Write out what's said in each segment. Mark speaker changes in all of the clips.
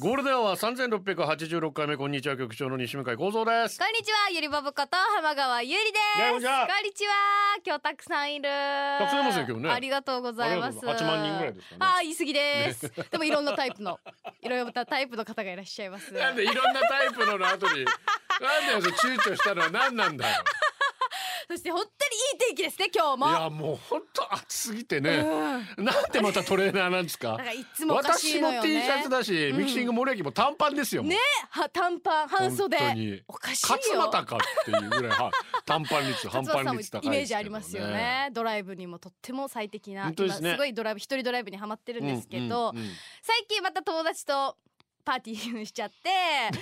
Speaker 1: ゴールデンは三千六百八十六回目こんにちは局長の西向井光三 です。
Speaker 2: こんにちはゆりぼぶこと浜川ゆりで
Speaker 1: いや
Speaker 2: す
Speaker 1: こんにちは
Speaker 2: こんにちは今日たくさんいる
Speaker 1: たくさんいますよ今日ね
Speaker 2: ありがとうございます
Speaker 1: ありがとうございます8万人ぐらいですかね
Speaker 2: あー言い過ぎです、でもいろんなタイプの いろんなタイプの方がいらっしゃいます
Speaker 1: なんでいろんなタイプのの後になんでその躊躇したのは何なんだ よ。
Speaker 2: そして本当にいい天気ですね今日
Speaker 1: い
Speaker 2: も
Speaker 1: やもう本当暑すぎてね。なんでまたトレーナーなんです か。
Speaker 2: なんかいつもおかしいのよ
Speaker 1: 私
Speaker 2: ね
Speaker 1: も T シャツだし、ミキシングモレキも短パンですよ。もう
Speaker 2: ねは短パン半袖
Speaker 1: 本当に
Speaker 2: おかし
Speaker 1: 勝
Speaker 2: いよ
Speaker 1: 俣かっていうぐらいは短パン 率半パン
Speaker 2: 勝俣さん
Speaker 1: 率高
Speaker 2: も
Speaker 1: いですけどね。
Speaker 2: イメージありますよねドライブにもとっても最適な
Speaker 1: 本当ですね
Speaker 2: 今すごいドライブ一人ドライブにはまってる
Speaker 1: うんん。
Speaker 2: ですけど、
Speaker 1: うんうん
Speaker 2: 最近また友達とパーティーしちゃって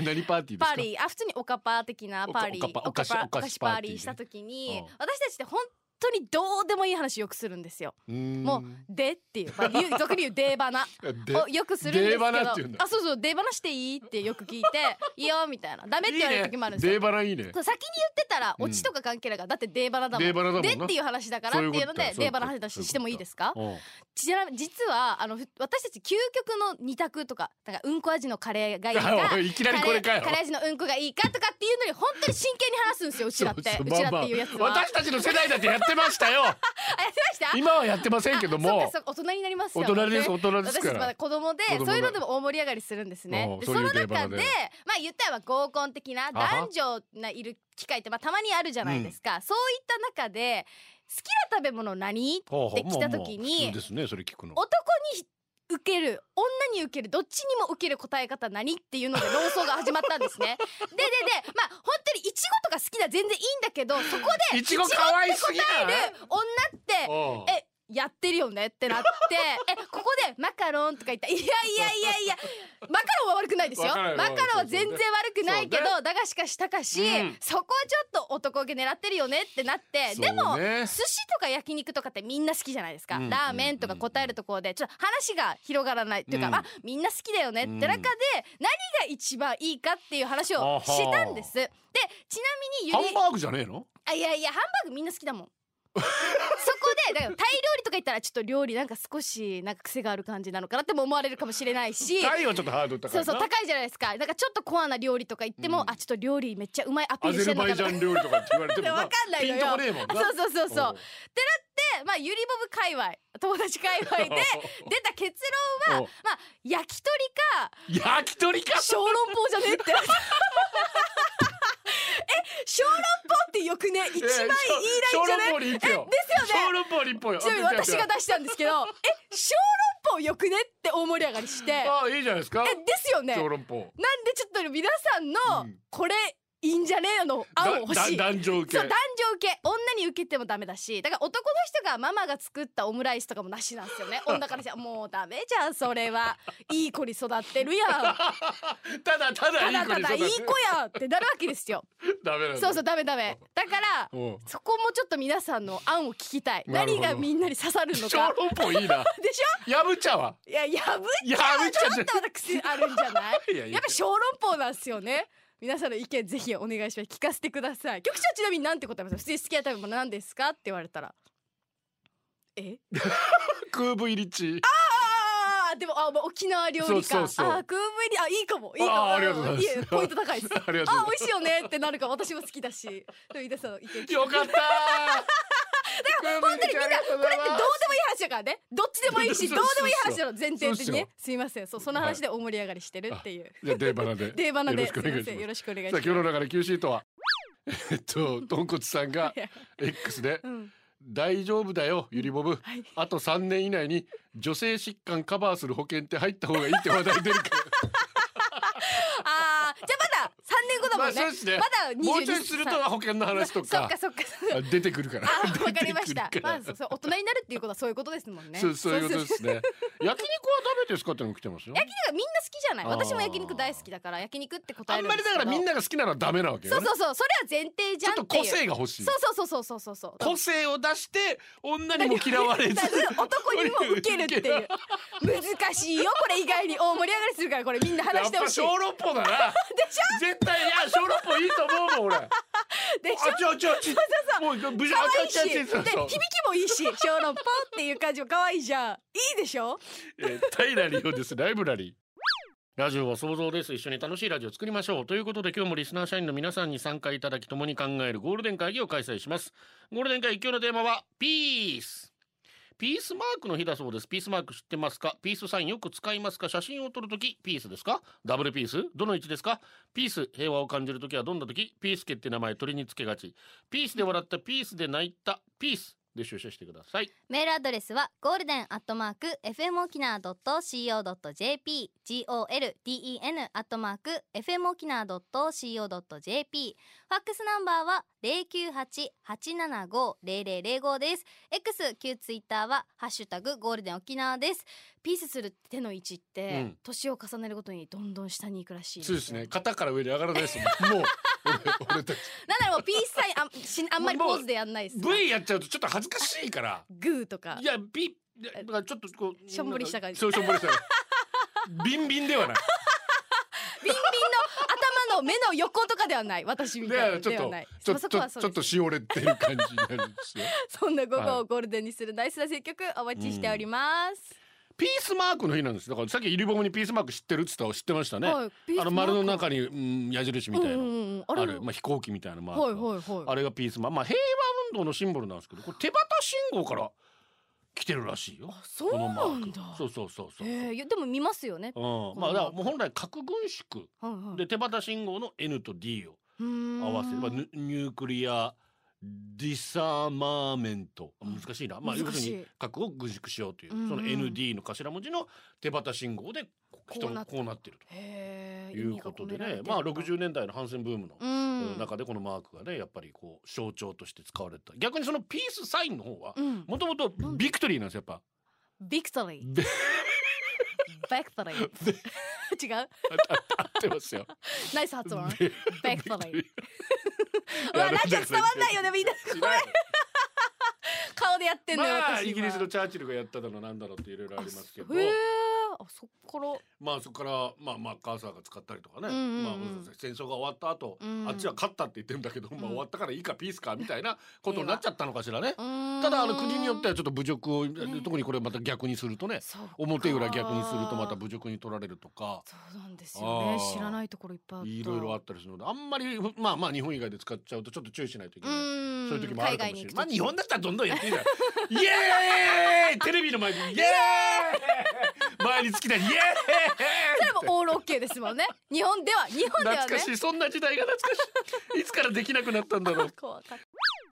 Speaker 1: 何パーティーですか。
Speaker 2: パーリーあ普通にオカパー的なパーリー
Speaker 1: オカオカパ
Speaker 2: オカパ
Speaker 1: お菓子
Speaker 2: お菓子
Speaker 1: パ
Speaker 2: パ
Speaker 1: ーティー
Speaker 2: ーリ
Speaker 1: ね
Speaker 2: ーした時に
Speaker 1: うん
Speaker 2: 私たちって本当にどうでもいい話よくするんですよ。
Speaker 1: うん
Speaker 2: もうでっていう、ま あ、言う俗に言うデーバナ
Speaker 1: で
Speaker 2: をよくするんですけ
Speaker 1: デーバナって言うん
Speaker 2: ど
Speaker 1: だ
Speaker 2: あそうそうデーバナしていいってよく聞いていいよみたいなダメって言われる時もあるんですよ。
Speaker 1: いいねデーバラいいね
Speaker 2: そ。う先に言ってたら
Speaker 1: うん
Speaker 2: オチとか関係ないから、だってデーバナだもん
Speaker 1: デーバナだもんな
Speaker 2: でっていう話だから
Speaker 1: そういう
Speaker 2: っ
Speaker 1: こ
Speaker 2: て
Speaker 1: と
Speaker 2: いう
Speaker 1: そういうこ
Speaker 2: ので
Speaker 1: と
Speaker 2: デーバナ話
Speaker 1: そういうこと
Speaker 2: してもいいですか
Speaker 1: うん
Speaker 2: ちなみに実はあのふ私たち究極の二択とかなんかうんこ味のカレーがい い
Speaker 1: お
Speaker 2: か
Speaker 1: いいきなりこれかよ
Speaker 2: カレーカレー味のうんこがいいかとかっていうのに本当に真剣に話すんですようちらって
Speaker 1: そうう
Speaker 2: ちらっていうやつは、
Speaker 1: 私たちの世代だってやってました よ
Speaker 2: あやってました
Speaker 1: 今はやってませんけど
Speaker 2: あ
Speaker 1: も
Speaker 2: そうかそうか大人になりますよ
Speaker 1: 大人です大人です
Speaker 2: 私
Speaker 1: から
Speaker 2: たちまだ子供で
Speaker 1: 子供で
Speaker 2: そういうのでも大盛り上がりするんですね
Speaker 1: おう
Speaker 2: で
Speaker 1: そ
Speaker 2: そう
Speaker 1: いう
Speaker 2: の
Speaker 1: デーバナ
Speaker 2: 中
Speaker 1: で
Speaker 2: でまあ言ったら合コン的な男女がいる機会ってまあたまにあるじゃないですか、そういった中で好きな食べ物何って
Speaker 1: ほうほう
Speaker 2: 来た時
Speaker 1: もうもう
Speaker 2: に
Speaker 1: 普通ですねそれ聞くの
Speaker 2: 男に受ける女に受けるどっちにも受ける答え方何っていうので論争が始まったんですねでででまあ本当にいちごとか好きだ全然いいんだけどそこで
Speaker 1: いちご可愛すぎ
Speaker 2: いちごって
Speaker 1: ない
Speaker 2: 答える女
Speaker 1: おう
Speaker 2: ってえやってるよねってなって えここでマカロンとか言ったらいやいやいやいやマカロンは悪くないですよ
Speaker 1: わ
Speaker 2: マ
Speaker 1: か
Speaker 2: カ
Speaker 1: る
Speaker 2: ロ
Speaker 1: よ
Speaker 2: ンは全然悪くないけど
Speaker 1: そう
Speaker 2: だがしかしたかし、
Speaker 1: うん
Speaker 2: そこをちょっと男受け狙ってるよねってなって、
Speaker 1: そうね
Speaker 2: でも寿司とか焼肉とかってみんな好きじゃないですか、
Speaker 1: うん
Speaker 2: ラーメンとか答えるところでちょっと話が広がらないっていうか、
Speaker 1: うん
Speaker 2: あみんな好きだよねって中で何が一番いいかっていう話をしたんです。でちなみにゆ
Speaker 1: ハ
Speaker 2: り
Speaker 1: ンバーグじゃねえの
Speaker 2: あいやいやハンバーグみんな好きだもんそこでだからタイ料理とか言ったらちょっと料理なんか少しなんか癖がある感じなのかなっても思われるかもしれないし
Speaker 1: 太陽はちょっとハードル高い
Speaker 2: そ
Speaker 1: な
Speaker 2: うそう高いじゃないですかなんかちょっとコアな料理とか言っても、あちょっと料理めっちゃうまいアピー
Speaker 1: ア
Speaker 2: ルし
Speaker 1: ゼ
Speaker 2: て
Speaker 1: ルバイジャ
Speaker 2: るのかな
Speaker 1: ン料理とかって言われても
Speaker 2: でわかんない
Speaker 1: ピ
Speaker 2: の
Speaker 1: ン
Speaker 2: よ
Speaker 1: とこねえもんな
Speaker 2: そうそうそうそう
Speaker 1: おう
Speaker 2: でまあゆりぼぶ界隈友達界隈 で出た結論は
Speaker 1: おう
Speaker 2: まあ焼き鳥か
Speaker 1: 焼き鳥か
Speaker 2: 小籠包じゃねえって え小籠包ってよくね一番いいラインじゃない
Speaker 1: 小籠包に一票
Speaker 2: ですよね
Speaker 1: 小籠包に一票よ
Speaker 2: ちなみに私が出したんで すけどえ小籠包よくねって大盛り上がりしてえ
Speaker 1: ああいいじゃないですか
Speaker 2: ですよねな
Speaker 1: 小
Speaker 2: ん
Speaker 1: 籠
Speaker 2: で
Speaker 1: 包
Speaker 2: ちょっと皆さんの、
Speaker 1: うん
Speaker 2: これいいんじゃねえの案を欲しい
Speaker 1: だだ男女受
Speaker 2: そ
Speaker 1: け
Speaker 2: う男女受け女に受けてもダメだしだから男の人がママが作ったオムライスとかもなしなんです よね女からしたらもうダメじゃんそれはいい子に育ってるや ん
Speaker 1: ただただ
Speaker 2: た
Speaker 1: いい
Speaker 2: だ
Speaker 1: 子
Speaker 2: た
Speaker 1: に
Speaker 2: だいい
Speaker 1: 育て
Speaker 2: 子やんってなるわけですよ
Speaker 1: ダメなんだ
Speaker 2: そうそうダメダメだから
Speaker 1: おう
Speaker 2: そこもちょっと皆さんの案を聞きたい
Speaker 1: なるほ
Speaker 2: 何
Speaker 1: ど
Speaker 2: がみんなに刺さるの
Speaker 1: 小
Speaker 2: か
Speaker 1: 籠包いいな
Speaker 2: でしょ
Speaker 1: やぶ茶はい
Speaker 2: や、やぶっち
Speaker 1: や
Speaker 2: ゃ
Speaker 1: ぶ
Speaker 2: は
Speaker 1: っち
Speaker 2: ち
Speaker 1: ゃ
Speaker 2: ょっとまだ癖あるんじゃない
Speaker 1: いやいや
Speaker 2: やっぱ小籠包なんですよね。皆さんの意見ぜひお願いします。聞かせてください。局長ちなみになんて答えます普通に好きな食べ物何ですかって言われたら。え
Speaker 1: 空ブ入りチ
Speaker 2: ああでもあもう沖縄料理か
Speaker 1: そうそうそう
Speaker 2: あー空分入りあいいかもいいかも
Speaker 1: あーありがとうございます
Speaker 2: やポイント 高いです
Speaker 1: ありがとうございます
Speaker 2: あー美味しいよねってなるから私も好きだしでも皆さんの意見聞き
Speaker 1: よか ったー
Speaker 2: 本当にみんなこれってどうでもいい
Speaker 1: ど
Speaker 2: 話だからねどっちでもいいし
Speaker 1: そ
Speaker 2: ど
Speaker 1: う
Speaker 2: う
Speaker 1: そうそう
Speaker 2: でもいい話なの前提的
Speaker 1: そう
Speaker 2: に
Speaker 1: っすよ
Speaker 2: ねすいませんそうその話で大盛り上がりしてるっていう
Speaker 1: じゃあデーバナで
Speaker 2: デーバナで
Speaker 1: よろしくお願いします
Speaker 2: すいませんよろしくお願いし
Speaker 1: さ
Speaker 2: ま
Speaker 1: あ
Speaker 2: す
Speaker 1: 今日の中で Q シートは えっとどんこつさんが
Speaker 2: いや
Speaker 1: X で
Speaker 2: うん
Speaker 1: 「大丈夫だよゆりボブ
Speaker 2: はい
Speaker 1: あと3年以内に女性疾患カバーする保険って入った方がいい」って話題出る から
Speaker 2: ああ、じゃあまだ三年後だも
Speaker 1: ま
Speaker 2: んね。
Speaker 1: あそうですね
Speaker 2: まだ二十
Speaker 1: もうちょいするとは保険の話と
Speaker 2: そっ
Speaker 1: か
Speaker 2: かそっか。
Speaker 1: あ出てくるから
Speaker 2: あー、わかりました
Speaker 1: 出てくる。か
Speaker 2: ま
Speaker 1: ら
Speaker 2: あ、そうそう大人になるっていうことはそういうことですもんね。
Speaker 1: そうそういうこと
Speaker 2: そ
Speaker 1: で
Speaker 2: そ
Speaker 1: すね焼肉は食べてですかってのも来てますよ
Speaker 2: 焼き肉がみんな好きじゃない
Speaker 1: あー
Speaker 2: 私も焼肉大好きだから焼肉って答
Speaker 1: あ
Speaker 2: え
Speaker 1: ん
Speaker 2: る
Speaker 1: まりだからみん
Speaker 2: な
Speaker 1: なが好きなのはダメなわけよ、
Speaker 2: そう
Speaker 1: ね、
Speaker 2: そうそうそれは前提じ
Speaker 1: ち
Speaker 2: ゃ
Speaker 1: ょ
Speaker 2: ん
Speaker 1: っと
Speaker 2: っていう
Speaker 1: 個性が欲しい
Speaker 2: そうそうそうそうそうそうそう
Speaker 1: 個性を出して女にも嫌われず
Speaker 2: だから男にも受けるっていう難しいよこれ意外にお盛り上がりするからこれみんな話してほしい
Speaker 1: やっぱ小籠包だなでしょ絶対いや小籠包いいと思うもん俺あ
Speaker 2: でしょ
Speaker 1: ちょちょちょもうぶじゃ
Speaker 2: 可愛
Speaker 1: あ
Speaker 2: い
Speaker 1: ちょ
Speaker 2: し
Speaker 1: ち
Speaker 2: で
Speaker 1: ょちょ
Speaker 2: 響きもいいし小籠包っていう感じも可愛いじゃんいいでしょ
Speaker 1: えー、平理央ですライブラリーラジオは想像です一緒に楽しいラジオを作りましょうということで今日もリスナー社員の皆さんに参加いただき共に考えるゴールデン会議を開催しますゴールデン会議今日のテーマはピースピースマークの日だそうですピースマーク知ってますかピースサインよく使いますか写真を撮るときピースですかダブルピースどの位置ですかピース平和を感じるときはどんなときピースケって名前鳥につけがちピースで笑ったピースで泣いたピースで出社してください
Speaker 3: メールアドレスはゴールデンアットマーク FM 沖縄 .co.jp golden アットマーク FM 沖縄 .co.jp ファックスナンバーは098-875-0005です X 旧ツイッターはハッシュタグゴールデン沖縄です
Speaker 2: ピースする手の位置っ
Speaker 1: う
Speaker 2: て
Speaker 1: ん
Speaker 2: 年を重ねるごとにどんどん下に行くらしい
Speaker 1: そうですね肩から上に上がらないです もんもう俺俺たち
Speaker 2: なんならもうピースサインあん しあんまりポーズでやんないです
Speaker 1: V やっちゃうとちょっと恥ずかしいから
Speaker 2: グーとか
Speaker 1: いや B だからちょっとこう
Speaker 2: しょんぼりした感じ
Speaker 1: そうしょんぼりした感 じビンビンではない
Speaker 2: ビンビンの頭の目の横とかではない私みたいな
Speaker 1: でちょっ
Speaker 2: では
Speaker 1: と
Speaker 2: ない
Speaker 1: ちょ
Speaker 2: まあ
Speaker 1: っと
Speaker 2: そ
Speaker 1: ち
Speaker 2: こ
Speaker 1: ょ
Speaker 2: は
Speaker 1: っ
Speaker 2: そ
Speaker 1: とちょ
Speaker 2: う
Speaker 1: っ
Speaker 2: で
Speaker 1: と
Speaker 2: す
Speaker 1: しおれてる感じになるん ですよ
Speaker 2: そんな午後
Speaker 1: は
Speaker 2: をゴールデンにするナイスな選曲お待ちしております、
Speaker 1: ピースマークの日なんですだからさっき入りボムにピースマーク知ってるっつったら知ってましたね、
Speaker 2: はいピース
Speaker 1: あの丸の中に、うん、矢印みたいな、
Speaker 2: うんうんうんあ
Speaker 1: あ
Speaker 2: れ
Speaker 1: る、まあ、飛行機みたいなマークが
Speaker 2: はいはいはい
Speaker 1: あれがピースマーク、まあ、平和運動のシンボルなんですけどこれ手旗信号から来てるらしいよ
Speaker 2: あそうなんだ
Speaker 1: このマークそうそうそうそう、
Speaker 2: えー、いやでも見ますよね、
Speaker 1: うん、まあだからもう本来核軍縮
Speaker 2: はいはい、
Speaker 1: で手旗信号の N と D を
Speaker 2: うーん
Speaker 1: 合わせればニュニュークリアディサーマーメント難しいな、まあ、要
Speaker 2: 難
Speaker 1: す
Speaker 2: しい
Speaker 1: るに核を軍縮しようという、
Speaker 2: うんうん
Speaker 1: その ND の頭文字の手旗信号でこう
Speaker 2: こうなっ
Speaker 1: こうなってる
Speaker 2: へ
Speaker 1: と
Speaker 2: ー
Speaker 1: いうことで
Speaker 2: 意味が込めら
Speaker 1: ね
Speaker 2: れてる、の
Speaker 1: まあ、
Speaker 2: か
Speaker 1: 60年代の反戦ブームの、
Speaker 2: う
Speaker 1: えー
Speaker 2: ん
Speaker 1: 中でこのマークがねやっぱりこう象徴として使われた逆にそのピースサインの方は
Speaker 2: うん
Speaker 1: もともとビクトリーなんですよやっぱ。
Speaker 2: ビ クトリー
Speaker 1: で
Speaker 2: ビクトリー違う
Speaker 1: 合ってます よ。
Speaker 2: ナイス発音
Speaker 1: ビ
Speaker 2: ビクトリーう
Speaker 1: いや
Speaker 2: わなんか伝わんないよねみんな
Speaker 1: 知らない
Speaker 2: 顔でやってんのよ、
Speaker 1: まあ
Speaker 2: 私今
Speaker 1: イギリスのチャーチルがやっただのなんだろうっていろいろありますけど
Speaker 2: あそへえあそこから
Speaker 1: まあそこから、まあ、マッカーサーが使ったりとかね、
Speaker 2: うんうんうん
Speaker 1: まあ、戦争が終わった後、
Speaker 2: うん
Speaker 1: あっちは勝ったって言ってるんだけど、まあ、
Speaker 2: うん
Speaker 1: 終わったからいいかピースかみたいなことになっちゃったのかしらね。
Speaker 2: た
Speaker 1: ただあの国によって
Speaker 2: は
Speaker 1: はちょっと侮辱を、
Speaker 2: ね
Speaker 1: 特にこれまた逆にするとね
Speaker 2: そう
Speaker 1: 表裏逆にするとまた
Speaker 2: ぶ
Speaker 1: 侮辱に取られるとか
Speaker 2: そうなんですよね
Speaker 1: あー
Speaker 2: 知らないところいっぱいあった
Speaker 1: いろいろあったりするのであんまりまあまあ日本以外で使っちゃうとちょっと注意しないといけ
Speaker 2: う
Speaker 1: ない。
Speaker 2: ん
Speaker 1: そういう時もあるかもしれない。まあ日本
Speaker 2: だ
Speaker 1: だったらどんどんやっていいじ ゃん。イエーイテレビの前にイエーイ前に好きなイエーイ
Speaker 2: それもオールオッケーですもんね日本では日本ではね
Speaker 1: 懐かしい、そんな時代が懐かしい。いつからできなくなったんだろ う。
Speaker 2: 怖かった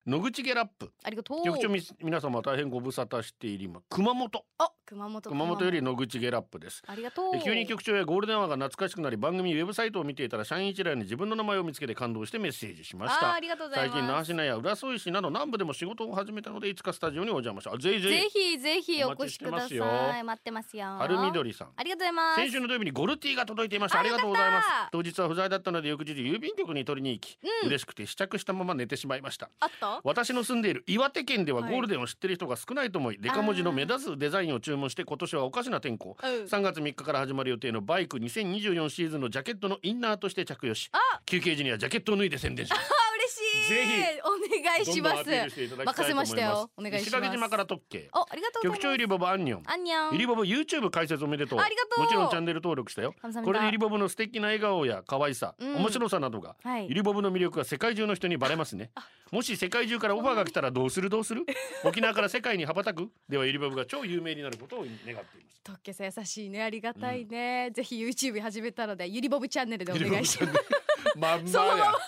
Speaker 1: 野口ゲラップ。
Speaker 2: ありがとう
Speaker 1: 局長み皆様大変ご無沙汰していります。熊本。
Speaker 2: あ熊本
Speaker 1: 熊本より野口ゲラップです。
Speaker 2: ありがとう
Speaker 1: え急に局長やゴールデンアワーが懐かしくなり番組ウェブサイトを見ていたら社員一覧に自分の名前を見つけて感動してメッセージしまし
Speaker 2: あー
Speaker 1: た
Speaker 2: ありがとうござい
Speaker 1: 最近那
Speaker 2: ま
Speaker 1: 覇
Speaker 2: す
Speaker 1: 市内や浦添市など南部でも仕事を始めたのでいつかスタジオにお邪魔したあぜひぜ
Speaker 3: ぜ
Speaker 1: ひ
Speaker 3: ひぜひお
Speaker 1: お
Speaker 3: 越
Speaker 1: 待ち
Speaker 3: し
Speaker 1: し
Speaker 3: くだ
Speaker 1: てま
Speaker 3: さ
Speaker 1: すよ
Speaker 3: い待ってますよ
Speaker 1: 春みどりさん
Speaker 3: ありがとうございます
Speaker 1: 先週の土曜日にゴルティが届いていましたありがとうございます当日は不在だったので翌日郵便局に取りに行き、嬉しくて試着したまま寝てしまいました
Speaker 2: あった
Speaker 1: 私の住んでいる岩手県ではゴールデンを知ってる人が少ないと思い、デカ文字の目立つデザインを注文して今年はおかしな天候、
Speaker 2: うん
Speaker 1: 3月3日から始まる予定のバイク2024シーズンのジャケットのインナーとして着用し休憩時にはジャケットを脱いで宣伝します
Speaker 2: あ嬉しい
Speaker 1: ぜひ
Speaker 2: お願いしま
Speaker 1: どんどんアピ
Speaker 2: す
Speaker 1: ールしていただきたいと思います
Speaker 2: 任せましたよお願いします
Speaker 1: 石垣島から特計
Speaker 3: おありがとうございま
Speaker 1: 局
Speaker 3: す
Speaker 1: 長ゆりぼぼアンニョン
Speaker 3: あんにゃん
Speaker 1: ゆりぼぼ YouTube 解説おめでとう
Speaker 3: ありがとう
Speaker 1: もちろんチャンネル登録したよ
Speaker 3: 감사합니다
Speaker 1: これでゆりぼぼの素敵な笑顔や可愛さ、
Speaker 3: うん
Speaker 1: 面白さなどが、
Speaker 3: はい
Speaker 1: ゆりぼぼの魅力が世界中の人にバレますねもし世界中からオファーが来たらどうするどうする 沖縄から世界に羽ばたくではゆりぼぼが超有名になることを願っています
Speaker 2: 特許さん優しいねありがたいね、ぜひ YouTube 始めたのでゆりぼぶチャンネルでお願いします
Speaker 1: まん
Speaker 2: そのま
Speaker 1: ま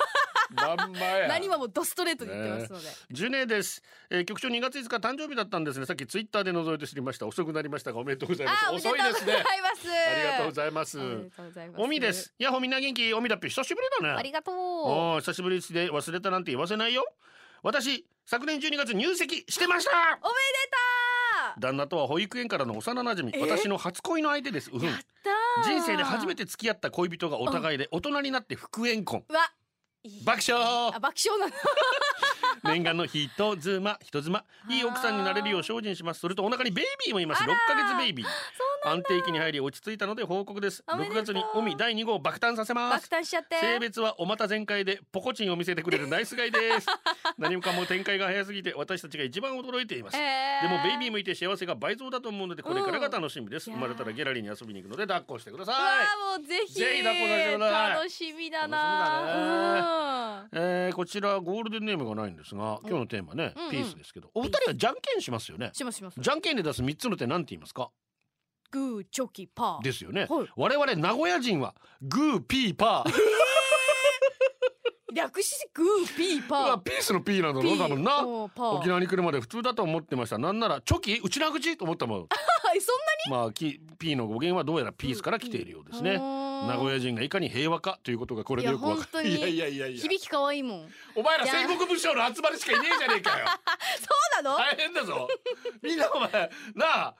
Speaker 1: まんまや
Speaker 2: 何ももうドストレートで言ってますので、
Speaker 1: ジュネです、えー、局長2月5日誕生日だったんですねさっきツイッターで覗いて知りました遅くなりましたがおめでとうございま
Speaker 2: あ
Speaker 1: す
Speaker 2: おめでと
Speaker 1: 遅
Speaker 2: うご
Speaker 1: い
Speaker 2: ざい
Speaker 1: で
Speaker 2: ます
Speaker 1: すねありがとうございます
Speaker 2: ありがとうございます
Speaker 1: おみですやっほみんな元気おみだっぴ久しぶりだね
Speaker 3: ありがとう
Speaker 1: おー久しぶりで忘れたなんて言わせないよ私昨年12月入籍してました
Speaker 2: おめで
Speaker 1: 旦那とは保育園からの幼馴染私の初恋の相手ですうふん
Speaker 2: とう
Speaker 1: 人生で初めて付き合った恋人がお互いで大人になって復縁婚
Speaker 2: うわいい
Speaker 1: 爆笑
Speaker 2: あ爆笑なの
Speaker 1: 念願の人妻人妻いい奥さんになれるよう精進しますそれとお腹にベイビーもいます6
Speaker 2: あら
Speaker 1: ヶ月ベイビー安定期に入り落ち着いたので報告です
Speaker 2: おめ
Speaker 1: 6
Speaker 2: でとう
Speaker 1: 月にオミ第2号爆誕させま
Speaker 2: 爆
Speaker 1: す
Speaker 2: 誕しちゃって
Speaker 1: 性別はお股全開でポコチンを見せてくれるナイスガイです 何もかも展開が早すぎて私たちが一番驚いています
Speaker 2: え
Speaker 1: でもベイビー
Speaker 2: ー
Speaker 1: 向いて幸せが倍増だと思うのでこれからが楽しみです、
Speaker 2: うん
Speaker 1: 生まれたらギャラリーに遊びに行くので抱っこしてくださ
Speaker 2: う
Speaker 1: い
Speaker 2: わーもうぜひ
Speaker 1: ぜひ抱っこさせてください
Speaker 2: 楽しみだ
Speaker 1: 楽しみ
Speaker 2: な
Speaker 1: えーこちらゴールデンネームがないんですが今日のテーマね、
Speaker 2: うんうん
Speaker 1: ピースですけどお二人はじゃんけんしますよね
Speaker 2: うんしますします
Speaker 1: じゃんけんで出す三つの手なんて言いますか
Speaker 2: グーチョキパー
Speaker 1: ですよね
Speaker 2: はい
Speaker 1: 我々名古屋人はグーピーパー
Speaker 2: 略してグーピー
Speaker 1: う
Speaker 2: パ
Speaker 1: わ
Speaker 2: ー
Speaker 1: ピースのピーなの
Speaker 2: ピ
Speaker 1: な
Speaker 2: ー
Speaker 1: 多分な
Speaker 2: おーパー
Speaker 1: 沖縄に来るまで普通だと思ってましたなんならチョキうちな口と思ったもん
Speaker 2: はいそ
Speaker 1: まあきピーの語源はどうやらピースから来ているようです
Speaker 2: んな
Speaker 1: ね名古
Speaker 2: 屋
Speaker 1: 屋人がいかに平和かということがこれでよくわかる
Speaker 2: いや本当に
Speaker 1: いやいやいやいや
Speaker 2: 響き可愛いもん
Speaker 1: お前ら戦国武将の集まりしかいねえじゃねえかよ
Speaker 2: そうなの
Speaker 1: 大変だぞみんなお前なあ